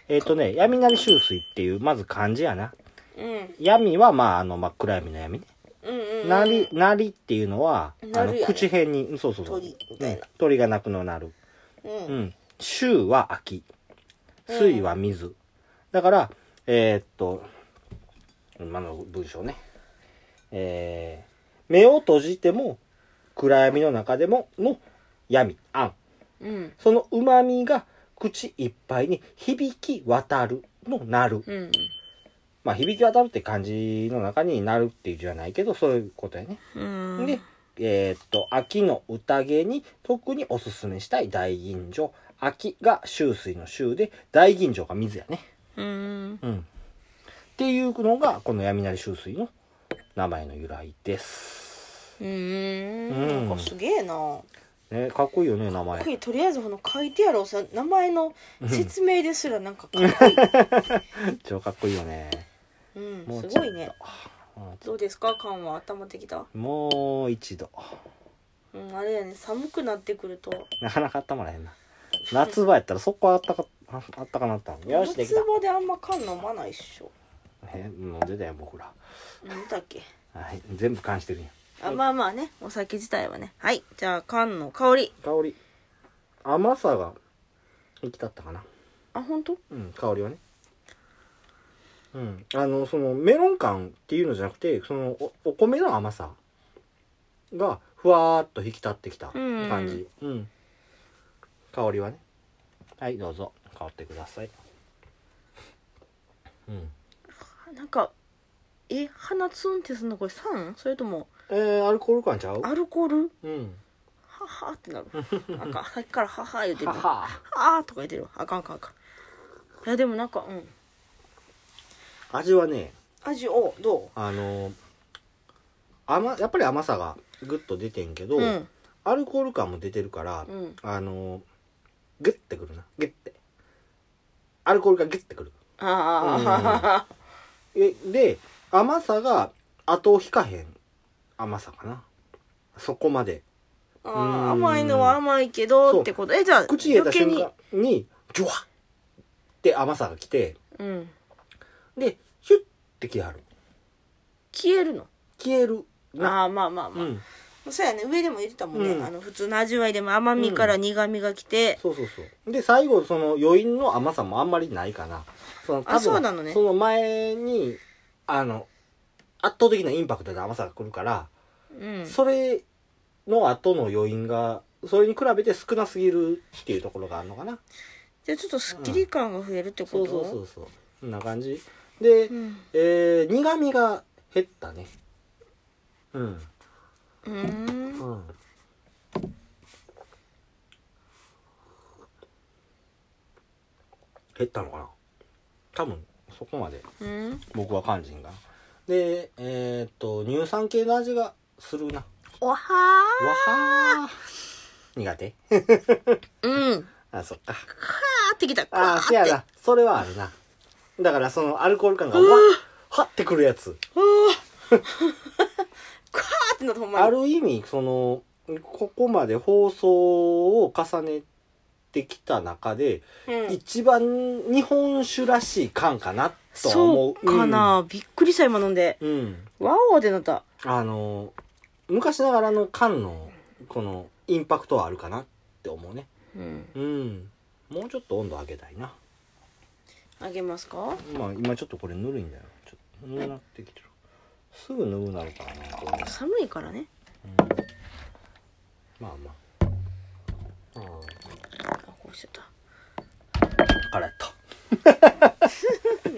S1: えっ、とね闇なり秋水っていうまず漢字やな
S2: ある。
S1: 闇はまああの真っ暗闇の闇ね
S2: うん。うんうん、うん。
S1: なり、なりっていうのは、あ
S2: なる
S1: の
S2: やね
S1: 口辺に、うんそうそうそう。
S2: 鳥みたいな
S1: うん鳥が鳴くのなる。
S2: う。
S1: うんん。秋は秋。水は水。だから、えーっと、今の文章ね。えー、目を閉じても、暗闇の中でもの闇、暗。
S2: うん。
S1: その旨味が口いっぱいに響き渡るのなる。
S2: うん。
S1: まあ、響き渡るって漢字の中になるっていう字はないけど、そういうことやね。
S2: うん。
S1: で、えーっと、秋の宴に特におすすめしたい大吟醸。秋が秋水の秋で、大吟醸が水やね。
S2: うん。
S1: うん。っていうのが、この闇なり秋水の名前の由来です。
S2: うん。なんかすげえな。
S1: ね、かっこいいよね、名前。
S2: 特にとりあえずこの書いてあるおさ名前の説明ですらなんかかっこいい。
S1: 超かっこいいよね。
S2: う
S1: も
S2: ん。
S1: う
S2: す
S1: ちょっと
S2: ごいね。どうですか缶は温まってきた
S1: もう一度。
S2: うん、あれやね、寒くなってくると。
S1: なかなか温まらへんな。夏場やったらそこはあったか、ああったかなったの。よし、でき
S2: 夏
S1: た。
S2: 場であんま缶飲まないっしょ。
S1: え、飲んでたよ、僕ら。
S2: なんだっけ
S1: はい、全部関してるやん。
S2: あまあまあねお酒自体はねはいじゃあ缶の香り
S1: 香り甘さが生きたったかな
S2: あ本当
S1: うん香りはねうんあのそのメロン感っていうのじゃなくてそのおお米の甘さがふわーっと引き立ってきた
S2: うん
S1: 感じうん、香りはねはいどうぞ香ってくださいうん
S2: なんかえ鼻ツンってすんのこれ酸それとも
S1: えー、アルコール感ちゃう
S2: アルコール
S1: うん
S2: はっはーって
S1: (laughs)
S2: なるなんかさっきからはっはー言うてる
S1: は
S2: は
S1: は
S2: あーとか言ってるあかんあかんあかんいやでもなんかうん
S1: 味はね
S2: 味をど
S1: あの甘やっぱり甘さがグッと出てんけ
S2: う
S1: ど、
S2: うん
S1: アルコール感も出てるから、
S2: うん
S1: あのー、グッてくるな。グッて。アルコールがグッてくる。
S2: ああ
S1: えで、甘さが後を引かへん甘さかな。そこまで。
S2: あ
S1: うん
S2: ー甘いのは甘いけどってことえじゃあ
S1: 口入れた瞬
S2: 余
S1: 間に、ジュワッって甘さが来て、
S2: 計に、うん、
S1: で、ヒュッて消えはる。
S2: 消えるの
S1: 消えるな。
S2: ああまあまあまあ、
S1: うん。
S2: そうやね上でも言ってたもんね、
S1: うん
S2: あの普通の味わいでも甘みから苦みがきて、
S1: そうそうそう。で、最後、その余韻の甘さもあんまりないかな。その、
S2: あそうなのね
S1: その前に、あの、圧倒的なインパクトで甘さが来るから、
S2: うん
S1: それの後の余韻がそれに比べて少なすぎるっていうところがあるのかな
S2: じゃあちょっとスッキリ感が増えるって
S1: そ
S2: こ
S1: う
S2: と
S1: そうそうそうこんな感じで、
S2: うん
S1: えー苦味が減ったねうん
S2: うーん
S1: うん減ったのかな多分そこまで
S2: うん
S1: 僕は感じんがでえーっと乳酸系の味がするなわ
S2: おは
S1: はー苦手
S2: ーうん
S1: あそっか
S2: あーってきた
S1: ああ、
S2: ー
S1: せや
S2: って
S1: な。それはあるな。だから、その、アルコール感が、
S2: う
S1: わ
S2: わ
S1: はってくるやつ。
S2: カーってなったほんまに
S1: ある意味、その、ここまで放送を重ねてきた中で、
S2: うん、
S1: 一番日本酒らしい感かな、とは
S2: そ
S1: 思う。
S2: うかな、びっくりした今飲んで
S1: うん。うん。
S2: わおーってなった
S1: あの昔ながらの缶のこのインパクトはあるかなって思うね
S2: うん
S1: うんもうちょっと温度上げたいな
S2: あげますか
S1: まあ今ちょっとこれぬるいんだよちょっとぬるなってきてるすぐぬるなるからなこれ
S2: 寒いからね
S1: まあまあうん
S2: あこうしてた
S1: あらやった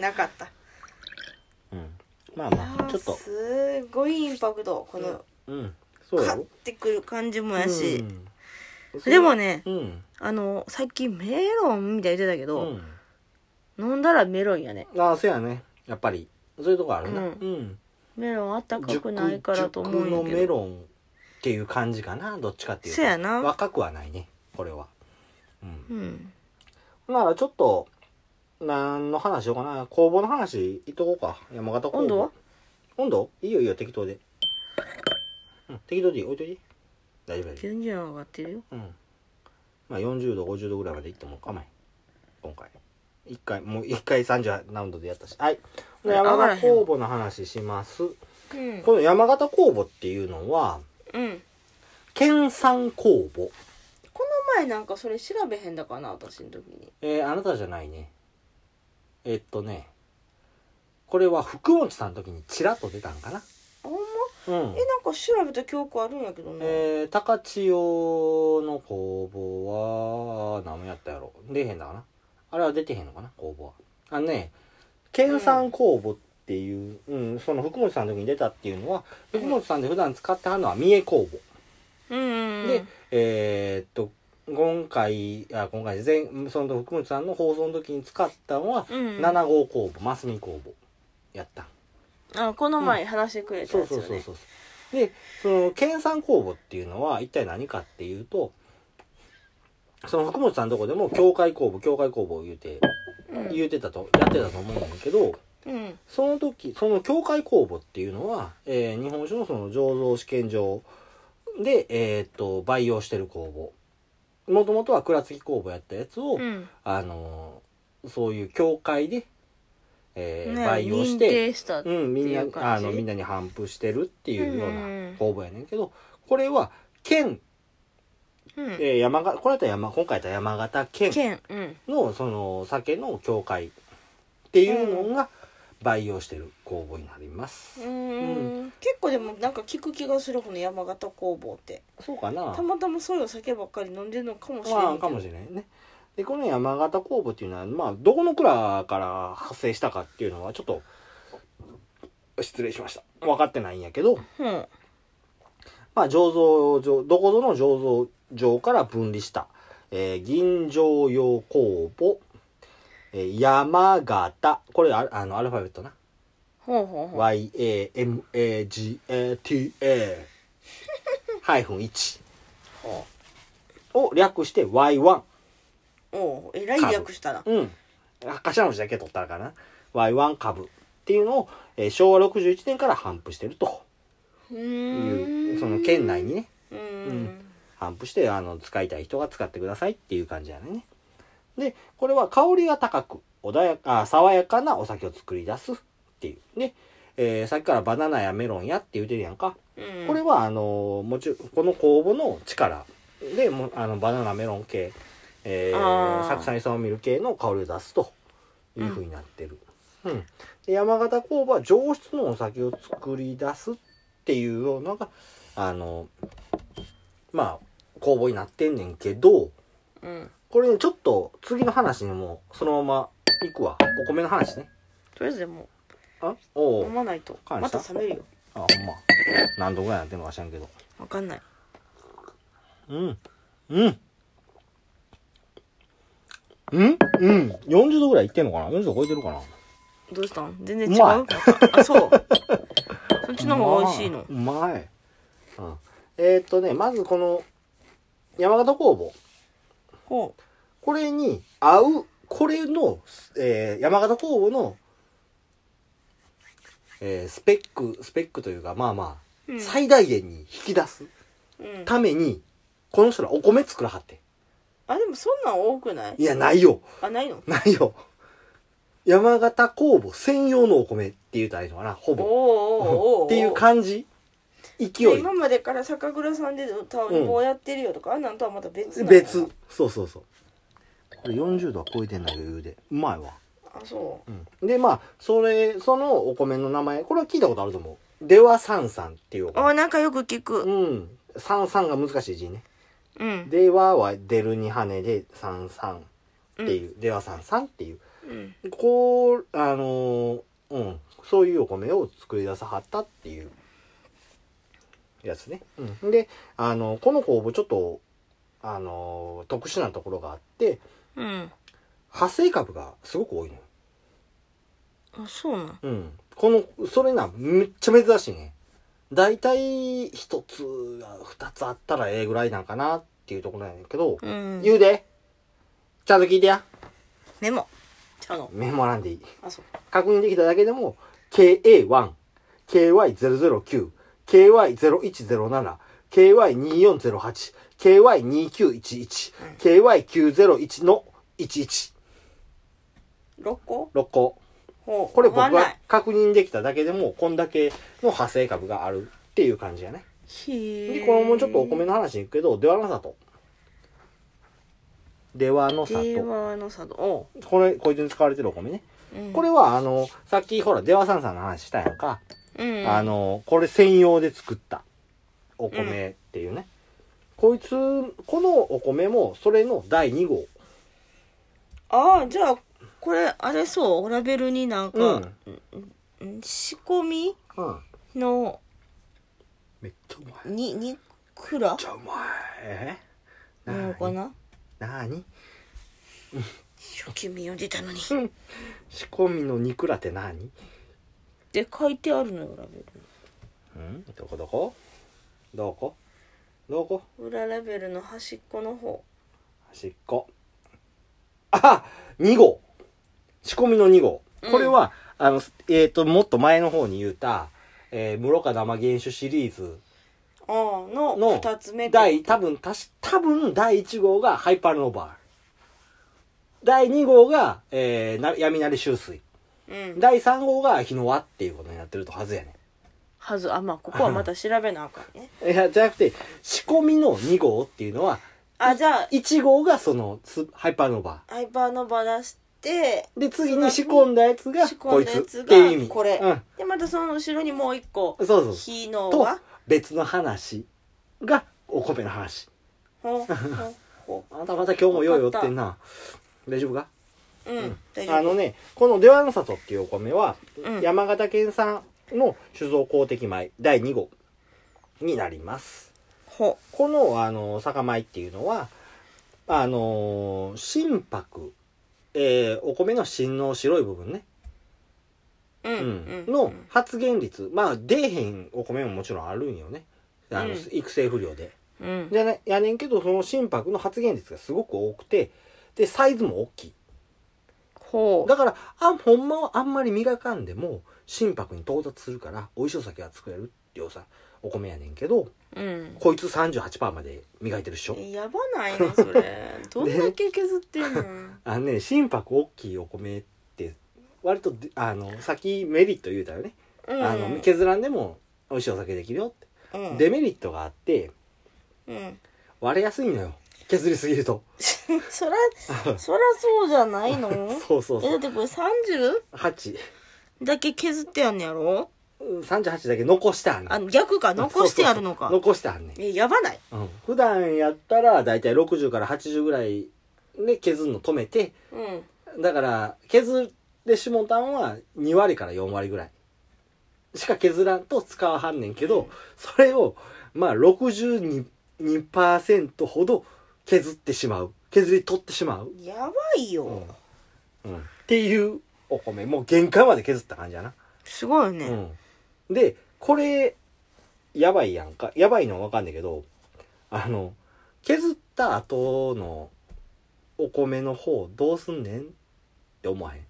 S2: なかった
S1: うんまあまあちょっと
S2: すごいインパクトこの、
S1: うんそうや
S2: 買っ
S1: ろ
S2: てくる感じもやし、
S1: うん
S2: でもね
S1: うん
S2: あの最近メロンみたいに言ってたけ
S1: う
S2: ど、
S1: ん
S2: 飲んだらメロンやね
S1: ああそうやねやっぱりそういうとこあるな
S2: う
S1: うんん
S2: メロンあったかくないからと思うん
S1: 熟
S2: や
S1: の
S2: け
S1: メ
S2: ど
S1: ロンっていう感じかなどっちかっていうと
S2: そうやな
S1: 若くはないねこれはうん
S2: うん
S1: ならちょっと何の話しようかな工房の話いっとこうか山形工房
S2: 温度は
S1: 温度いいよいいよ適当で、うん、適当でいい置いといて大丈夫大丈
S2: 全然上がってるよ
S1: 夫うんまあ40度50度ぐらいまでいっても構わへん今回一回もう一回30何度でやったしはい
S2: れ上
S1: 山
S2: がらへん
S1: 形工房の話します
S2: うん
S1: この山形工房っていうのは
S2: うん
S1: 県産工房
S2: この前なんかそれ調べへんだかな私の時に
S1: えー、あなたじゃないねえっとねこれは福本さんの時にちらっと出たんかな
S2: あほんま
S1: うん
S2: えなんか調べた記憶あるんやけどね、
S1: えー、高千代の工房は何もやったやろ出へんだかなあれは出てへんのかな工房はあのね県産工房っていう、うんその福本さんの時に出たっていうのは
S2: うん
S1: 福本さんで普段使ってはるのは三重工房
S2: うんうんうん
S1: でえーっと今回あ今回前その福本さんの放送の時に使ったのは
S2: うんうん
S1: 7号工房ますみ工房やった
S2: あこの前話してくれた
S1: そ
S2: や
S1: う
S2: つよ
S1: そ
S2: ね
S1: うそうそうでその県産公募っていうのは一体何かっていうとその福本さんのとこでも教会公募教会公募言うて言うてたとやってたと思うんだけど
S2: うん
S1: その時その教会公募っていうのは、えー日本酒のその醸造試験場で、えーっと培養してる公募もともとは倉月公募やったやつを、
S2: うん
S1: あのーそういう教会で、えー
S2: ね
S1: 培養し
S2: 認
S1: て
S2: 定した
S1: うん、みんな
S2: っていう感
S1: あ
S2: じ
S1: のみんなに反布してるっていうよう
S2: うんうんうん
S1: な公募やねんけどこれは県、
S2: うん
S1: えー山がこれやったら山今回やったら山形県
S2: 県うん
S1: のその酒の協会っていうのが培養してる公募になります
S2: う、ーん結構でもなんか聞く気がするこの山形工房って
S1: そうかな
S2: たまたまそういうお酒ばっかり飲んでるのかもしれな
S1: ま
S2: い
S1: あかもしれないねでこの山形公募っていうのはまあどこの蔵から発生したかっていうのはちょっと失礼しました分かってないんやけど、
S2: うん
S1: まあ、醸造場、どこぞの醸造場から分離した、えー銀醸用工房、えー山形、これあ、あの、アルファベットな。
S2: ほうほうほう (laughs)
S1: YAMAGATA ハイフン1
S2: ほ
S1: を略して Y1。
S2: うおうえらい略したな
S1: うん。頭の字だけ取ったらかな。Y1 株っていうのを、えー昭和61年から頒布してると
S2: う
S1: い
S2: ー
S1: う、
S2: ん
S1: その県内にね、
S2: うーん
S1: 頒布してあの使いたい人が使ってくださいっていう感じやね。でこれは香りが高く穏やかあ爽やかなお酒を作り出すっていう。で、えーさっきからバナナやメロンやって言うてるやんか。
S2: うん
S1: これはあのもちろんこの酵母の力でもうあのバナナメロン系、え
S2: あー
S1: ー、酢酸イソミル系の香りを出すというふうになってる。うんで山形酵母は上質のお酒を作り出すっていうようなのがあのまあ酵母になってんねんけど
S2: うん
S1: これねちょっと次の話にもそのままいくわお米の話ね。
S2: とりあえずでも
S1: あお
S2: 飲
S1: お
S2: まないと
S1: 感
S2: ま
S1: 謝
S2: た冷めるよ
S1: あほんま何度ぐらいなってもわしゃんけど。
S2: わかんない
S1: うん。うん。うんうん。40度ぐらいいってんのかな ?40 度超えてるかな
S2: どうしたん全然違う
S1: うまい
S2: なんか
S1: (laughs)
S2: あそうそっちの方が美味しいの
S1: うまい。うん。えーっとね、まずこの、山形工房。
S2: ほ
S1: これに合う、これの、えー山形工房の、えースペック、スペックというか、まあま
S2: うう
S1: あ、
S2: ん
S1: 最大限に引き出す
S2: うん
S1: ために、この人らお米作らはって。
S2: あでもそんなん多くない
S1: いや、ないよ。
S2: あないの
S1: ないよ。山形酵母専用のお米って言うたらいいのかな、ほ
S2: おー
S1: ぼ。
S2: おーおーおー
S1: っていう感じ勢
S2: で
S1: い
S2: 今までから酒蔵さんでタオル棒やってるよとか、あんなんとはまた別なんだ
S1: 別そうそうそうこれ40度は超えてんだ余裕でうまいわ、
S2: あそ
S1: うん、でまあそれそのお米の名前これは聞いたことあると思うではさんさんっていうお
S2: うあ
S1: 米
S2: なんかよく聞く
S1: うんさんさんが難しい字ね
S2: うん
S1: ではは出るに羽でさんさんっていう、ではさんさんっていう
S2: うん
S1: こうあのーうんそういうお米を作り出さはったっていうやつね、うん、であのこの酵母ちょっとあのー特殊なところがあって
S2: うん
S1: 発生株がすごく多いのよ、
S2: あそうなん
S1: うん、このそれなめっちゃ珍しいね大体一つ二つあったらええぐらいなんかなっていうところなんやけど、
S2: うん
S1: 言うでちゃんと聞いてや
S2: メモちゃうの
S1: メモらんでいい
S2: あそう
S1: 確認できただけでも、KA1、KY009、KY0107、KY2408、KY2911、KY901 の11、
S2: 6個
S1: 6個。
S2: ほう
S1: これ僕
S2: 止まんな
S1: が
S2: い
S1: 確認できただけでも、こんだけの派生株があるっていう感じやね。
S2: へえ
S1: で、これもちょっとお米の話に行くけど、ではの里。ではの
S2: 電
S1: 里。
S2: 話の佐渡お
S1: これ、こいつに使われてるお米ね。
S2: う、うん、
S1: これは、あの、さっきほら、ではさんさんの話したやんか。
S2: うん
S1: あの、これ専用で作ったお米っていうね。こいつ、このお米も、それの第2号。
S2: ああじゃあこれあれそうラベルになんか、ん仕込み
S1: うん。
S2: の
S1: めっちゃうまい。めっ
S2: ににくら
S1: ちゃうまい。
S2: なのかな
S1: なに
S2: 一生懸命読んでたのにっ
S1: 仕込みの肉らって何
S2: て書いてあるのよラベ
S1: うんどこどこどこどこ
S2: ル裏ラベルの端っこの方
S1: 端っこ。あ !2 号仕込みの2号。これは、あの、えっ、と、もっと前の方に言うた、えー、室賀生原酒シリーズ
S2: ああの
S1: の
S2: 2つ目って
S1: 第多分たし多分第1号がハイパーノーバー第2号が、えー、な闇なり周水
S2: うん
S1: 第3号が日の輪っていうことになってるとはずやね
S2: はずあまあここはまた調べなあかんね
S1: いやじゃなくて仕込みの2号っていうのは
S2: あじゃあ
S1: 1号がそのスハイパーノーバ
S2: ハイパーの場出して
S1: ーで次に仕込んだやつが
S2: 仕
S1: こ
S2: 込ん
S1: い
S2: だ
S1: つ
S2: や
S1: っ
S2: つ
S1: ていう意
S2: が
S1: 味
S2: これ、
S1: うん、
S2: でまたその後ろにもう一個
S1: そうそう
S2: 火の
S1: と
S2: は
S1: 別の話がお米の話
S2: ほうほうほ
S1: あんたまた今日もようよってんな大丈夫か
S2: ううん大丈夫
S1: あのねこの「出羽の里」っていうお米は、
S2: うん
S1: 山形県産の酒造公的米第2号になります
S2: ほ
S1: このあの酒米っていうのはあの心拍、えーお米の芯の白い部分ね、
S2: ううん
S1: うん
S2: うん
S1: の発現率まあ出えへんお米ももちろんあるんよねあの、
S2: うん
S1: 育成不良で
S2: うん
S1: じゃねやねんけどその心拍の発現率がすごく多くてでサイズも大きい
S2: ほう
S1: だからあほんまはあんまり磨かんでも心拍に到達するからお味噌酒は作れる量産お米やねんけど
S2: うん
S1: こいつ38%まで磨いてるっしょ
S2: やばないのそれ
S1: (laughs)
S2: どんだけ削ってんの
S1: あのね心拍大きいお米って割とであのさっきメリット言うたよね、
S2: うん
S1: あの削らんでも美味しいお酒できるよって、
S2: うん
S1: デメリットがあって
S2: うん (laughs)
S1: 割れやすいのよ削りすぎると
S2: そらそらそうじゃないの
S1: (laughs) そうそう
S2: え
S1: そ
S2: だ
S1: う
S2: ってこれ 30?
S1: 838
S2: だけ削ってあんのやろ
S1: だけ残してあんねん
S2: あ逆か残してあるのか
S1: そうそうそう残してあんねん
S2: えやばない
S1: うん、普段やったら大体60から80ぐらいで削るの止めて
S2: うん
S1: だから削ってしもたんは2割から4割ぐらいしか削らんと使わはんねんけどそれをまあ62%ほど削ってしまう削り取ってしまう、
S2: やばいよ、
S1: うんうん、っていうお米もう限界まで削った感じやな、
S2: すごいね、
S1: うん、でこれやばいやんかやばいのはわかんないけどあの削った後のお米の方どうすんねんって思わへん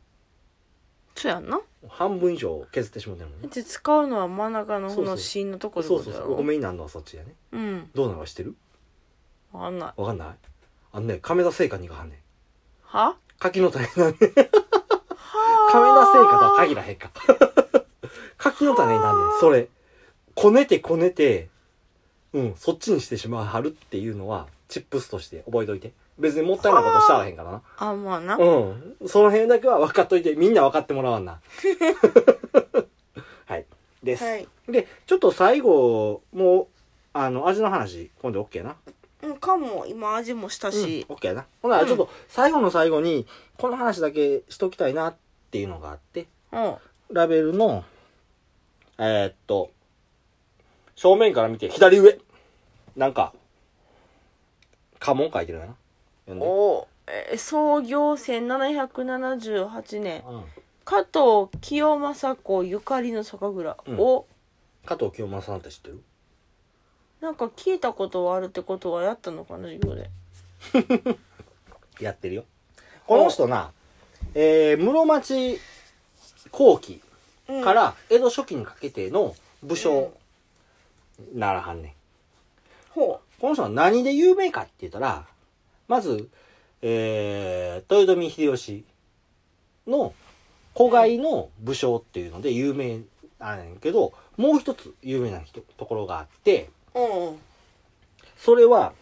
S2: そうやんなだ
S1: 半分以上削ってしまってるもんね
S2: って使うのは真ん中の
S1: そ
S2: 方
S1: うそ
S2: の
S1: う
S2: 芯のと
S1: そ
S2: こ
S1: う
S2: ってこ
S1: そう
S2: とだ
S1: そ
S2: ろ
S1: うお米になるのはそっちやね
S2: うん
S1: どうなるか知ってる
S2: わかんない
S1: わかんないあのね亀田製菓に行かはんねん
S2: は
S1: 柿の種なんね亀
S2: は
S1: (laughs) 田製菓とは限らへんか柿の種になんねんそれこねてこねて、うん、そっちにしてしまうはるっていうのは、チップスとして覚えといて。別にもったいないことしたらへんからな。
S2: あまあな、
S1: うん。その辺だけは分かっといて、みんな分かってもらわんな。 (laughs) はい。です。
S2: はい
S1: で、ちょっと最後、もう、あの、味の話、今度 OK な。
S2: うんかも今味もしたし、
S1: うん、OK やな。ほな、ちょっと、最後の最後に、この話だけしときたいなっていうのがあって、
S2: うん、
S1: ラベルの、えーっと、正面から見て左上。なんか、家紋書いてるな。読んで。
S2: おえー創業1778年
S1: うん、
S2: 加藤清正子ゆかりの酒蔵
S1: うん
S2: を、
S1: 加藤清正さんって知ってる
S2: なんか聞いたことはあるってことはやったのかな授業で
S1: やってるよ。この人な、えー、室町後期か、ら江戸初期にかけての武将ならはんねん。
S2: うんほ
S1: この人は何で有名かって言ったら、まず、えー、豊臣秀吉の子飼いの武将っていうので有名なんやけど、もう一つ有名な人ところがあって、
S2: ううん
S1: それは、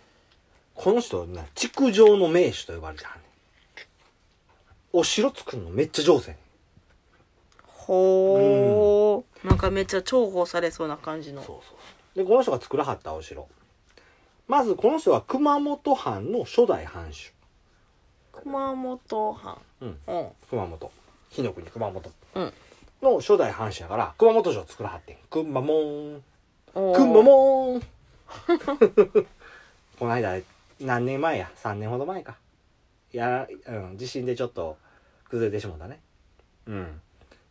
S1: この人はな、築城の名手と呼ばれてはんねん。お城作るのめっちゃ上手やね
S2: ほう、なんかめっちゃ重宝されそうな感じの
S1: ん。そうそう。で、この人が作らはったお城。まず、この人は熊本藩の初代藩主。
S2: 熊本藩
S1: うん。
S2: うん
S1: 熊本。火の国熊本。
S2: うん
S1: の初代藩主やから、熊本城作らはってん。くんまもーん。
S2: おー
S1: くんまもーん。 (laughs) この間、何年前や ?3 年ほど前か。やら、うん、地震でちょっと崩れてしまったね。うん。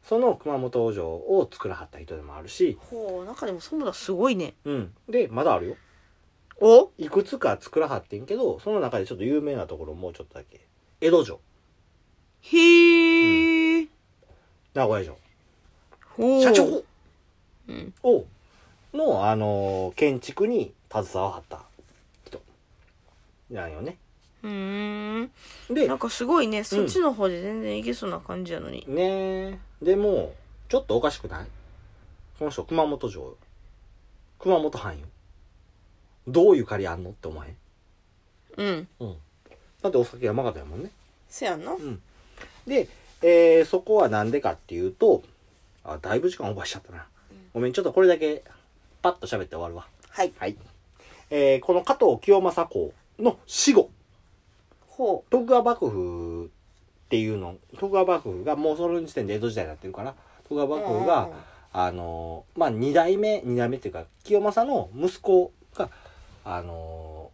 S1: その熊本城を作らはった人でもあるし、
S2: ほうなんかでもそもだすごいね
S1: うん。で、まだあるよ。
S2: お
S1: いくつか作らはってんけど、その中でちょっと有名なところもうちょっとだけ。江戸城、
S2: へー、
S1: 名古屋城、
S2: ほう
S1: 社長
S2: うん
S1: を、の、あのー建築に携わはった人。なんよね。
S2: うーん
S1: で、ね
S2: なんかすごいねそっちの方で全然いけそうな感じやのに、
S1: え、でも、ちょっとおかしくないこの人、熊本城よ。熊本藩よ。どういう借りあんのって思わへん。
S2: うん。
S1: うん。だってお酒山形やもんね。
S2: せやんな。
S1: で、えーそこはなんでかっていうと、あ、だいぶ時間オーバーしちゃったな。ごめん、ちょっとこれだけ、パッと喋って終わるわ。
S2: はい。
S1: はい。えーこの加藤清正公の死後。
S2: ほ
S1: 徳川幕府っていうの徳川幕府がもうその時点で江戸時代になってるから徳川
S2: う。
S1: 幕府が、
S2: うん
S1: あのまあ2代目2代目っていうか清正の息子があの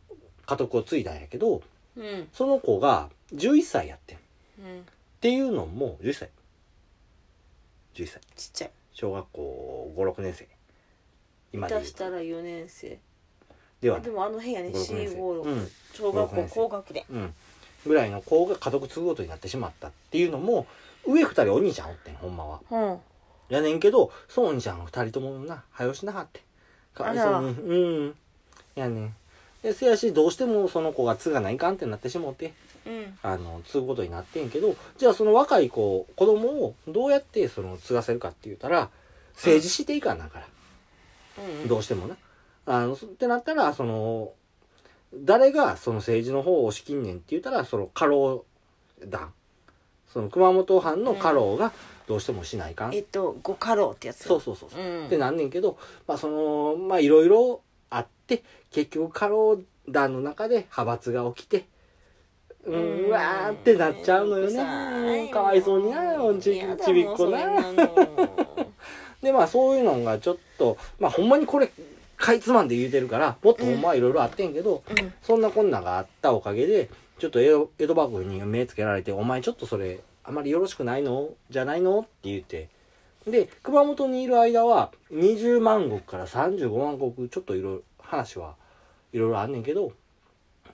S1: 家督を継いだんやけど
S2: うん。
S1: その子が11歳やってんっ
S2: うん。
S1: ていうのも11歳11歳
S2: ちっちゃい。
S1: 小学校56年生今で
S2: 出
S1: 言う
S2: したら4年生。
S1: では
S2: あでもあの辺やね、
S1: 56年生
S2: C56。
S1: うん
S2: 小
S1: 学
S2: 学
S1: 校
S2: 校高学年。
S1: うん、ぐらいの子が家督継ぐことになってしまったっていうのも上2人お兄ちゃんおってんほんまは
S2: うん。
S1: やねんけど、そうお兄ちゃん二人ともな、はよしなはって。かわいそうに。うん。やねん。で、せやし、どうしてもその子が継がないかんってなってしもって、
S2: うん。
S1: あの、継ぐことになってんけど、じゃあその若い子、子供をどうやってその継がせるかって言ったら、政治していかんなんから。
S2: うん。
S1: どうしてもな。あの、そってなったら、その、誰がその政治の方を資金ねんって言ったら、その家老団。その熊本藩の家老がどうしてもしないかん。
S2: えっと、五家老ってやつ。
S1: そうそうそうそう。
S2: うん。
S1: ってなんねんけど、まあそのまあいろいろあって結局家老団の中で派閥が起きてうん
S2: う
S1: う
S2: ん
S1: わーってなっちゃうのよ
S2: めんどくさ
S1: ねかわいそうになち
S2: やだ
S1: ちびっこな
S2: もうそんなの
S1: でまあそういうのがちょっとまあほんまにこれかいつまんで言うてるからもっとほんまはいろいろあってんけど、
S2: うん。
S1: そんなこんながあったおかげでちょっと江戸江戸幕府に目つけられて「お前ちょっとそれあまりよろしくないのじゃないの?」って言ってで熊本にいる間は20万石から35万石ちょっといろいろ話はいろいろあんねんけどっ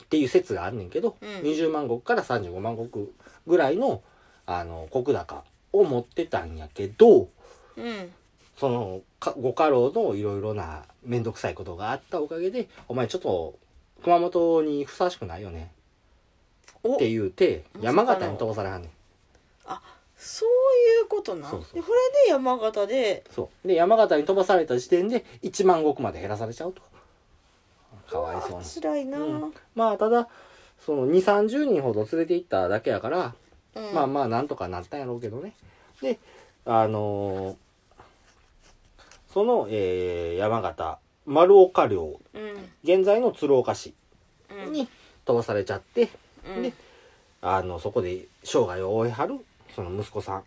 S1: ていう説があんねんけど、
S2: うん
S1: 20万石から35万石ぐらいのあの石高を持ってたんやけど (laughs)
S2: うん。
S1: そのかご家老のいろいろな面倒くさいことがあったおかげでお前ちょっと熊本にふさわしくないよね
S2: お
S1: って言うて
S2: まさかの
S1: 山形に飛ばされはんねん
S2: あ、そういうことな
S1: そうそう
S2: でこれで山形で
S1: そうで山形に飛ばされた時点で1万石まで減らされちゃうとかわいそうに
S2: 辛いな、
S1: うんまあただその2 3 0人ほど連れて行っただけやから、
S2: うん
S1: まあまあなんとかなったんやろうけどねであのーその、えー山形丸岡領
S2: うん
S1: 現在の鶴岡市
S2: うん
S1: に飛ばされちゃって、
S2: うん
S1: であのそこで生涯を終えはるその息子さん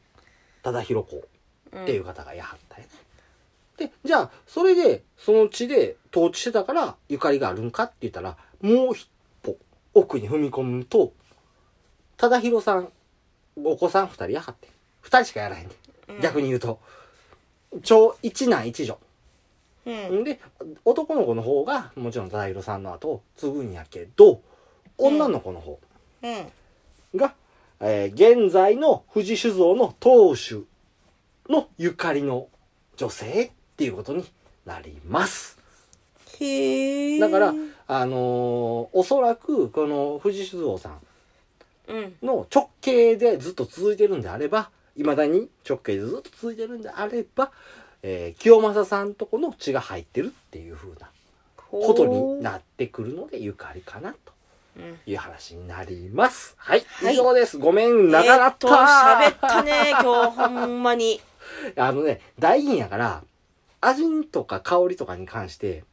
S1: 忠宏公
S2: うん
S1: っていう方がやはったんやね。で、じゃあ、それで、その地で統治してたから、ゆかりがあるんかって言ったら、もう一歩、奥に踏み込むと、忠宏さん、お子さん二人やはってん。二人しかやらへんね
S2: うん
S1: ん。逆に言うと。超一男一女。
S2: うん
S1: んで、男の子の方が、もちろん忠宏さんの後を継ぐんやけど、女の子の方
S2: うん
S1: が、えー現在の富士酒造の当主のゆかりの女性っていうことになります。
S2: へえ
S1: だから
S2: うん、
S1: あのーおそらくこの富士酒造さ
S2: うん
S1: んの直系でずっと続いてるんであれば、未だに直系でずっと続いてるんであれば、えー清正さんとこの血が入ってるっていう風なことになってくるので、ゆかりかなと
S2: うん
S1: いう話になります。はい、
S2: はい
S1: 以上です。ごめん、長かった。
S2: えーっと喋ったね今日ほん
S1: (laughs)
S2: まに
S1: あのね、大吟やから、味とか香りとかに関して、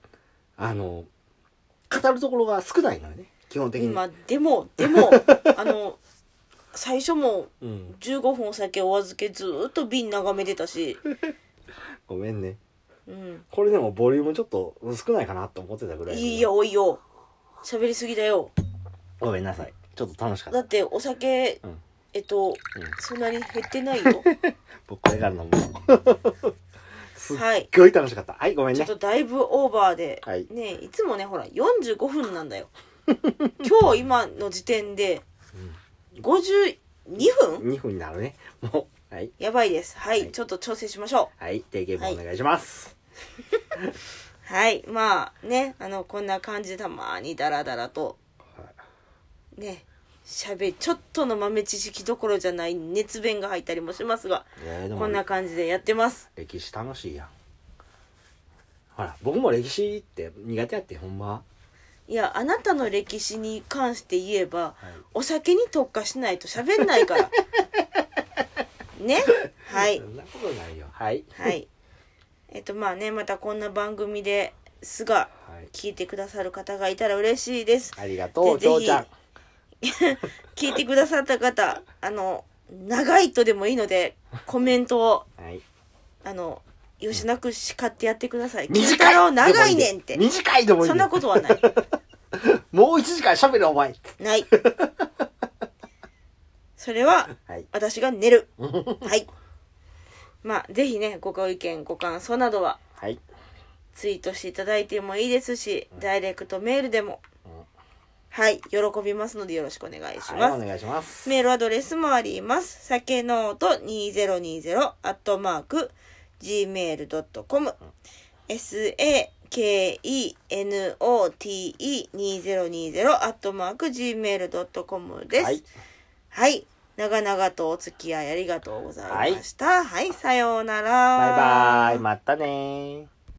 S1: あの、語るところが少ないのよね、基本的に。
S2: 今でも
S1: (laughs)
S2: でもあの最初も
S1: うん。
S2: 15分お酒お預けずーっと瓶眺めて
S1: (laughs)
S2: たし、
S1: ごめんね。
S2: うん、
S1: これでもボリュームちょっと少ないかなと思ってたぐらい。
S2: いい。よいいよ喋りすぎだよ
S1: ごめんなさい。ちょっと楽しかっ
S2: だ
S1: た。
S2: ってお酒、
S1: うん
S2: えっと
S1: うん
S2: そんなに減ってない
S1: (laughs)
S2: よ
S1: 僕これから飲む。すっ
S2: はい
S1: ごい楽しかった。はい、ごめん
S2: ち
S1: ね
S2: ょっ。とだいぶオーバーで、
S1: はい
S2: ねいつもねほら45分なんだよ (laughs) 今日今の時点で52分
S1: 2分になるね。もう。はい。
S2: やばいですはい、
S1: はい
S2: ちょっと調整しましょ
S1: はい。提言もお願いします。
S2: うはいまあねあのこんな感じでたまにダラダラと
S1: はい
S2: ねしゃべちょっとの豆知識どころじゃない熱弁が入ったりもしますが
S1: えーでも
S2: こんな感じでやってます
S1: 歴史楽しいやんほら僕も歴史って苦手やってほんま
S2: いやあなたの歴史に関して言えば、
S1: い
S2: お酒に特化しないと喋んないから (laughs) ねはい
S1: そんなことないよはい
S2: はいえっとまあねまたこんな番組ですが
S1: はい
S2: 聞いてくださる方がいたら嬉しいです
S1: ありがとうき
S2: でぜ
S1: ょう
S2: ひ
S1: ちゃん
S2: 聞いてくださった方あの長いとでもいいのでコメントを
S1: はい
S2: あの、よしなく叱ってやってください。金太
S1: 短い
S2: 郎長いねんって
S1: でも。いいで短いでもいい
S2: そんなこととはない。
S1: もう一時間しゃべるお前
S2: ない。それは、
S1: はい
S2: 私が寝る。はい。まあ、ぜひね、ご意見、ご感想などは、
S1: はい
S2: ツイートしていただいてもいいですし、ダイレクトメールでも
S1: うん、
S2: はい、喜びますのでよろしくお願いし
S1: はい
S2: ま
S1: お
S2: す。
S1: 願いします
S2: メールアドレスもあります。さけのうと2020アットマーク gmail.com sakenote2020 アットマーク gmail.com です。
S1: は
S2: はいい、長々とお付き合いありがとうございました。はい。さようなら。
S1: バイバイまたねー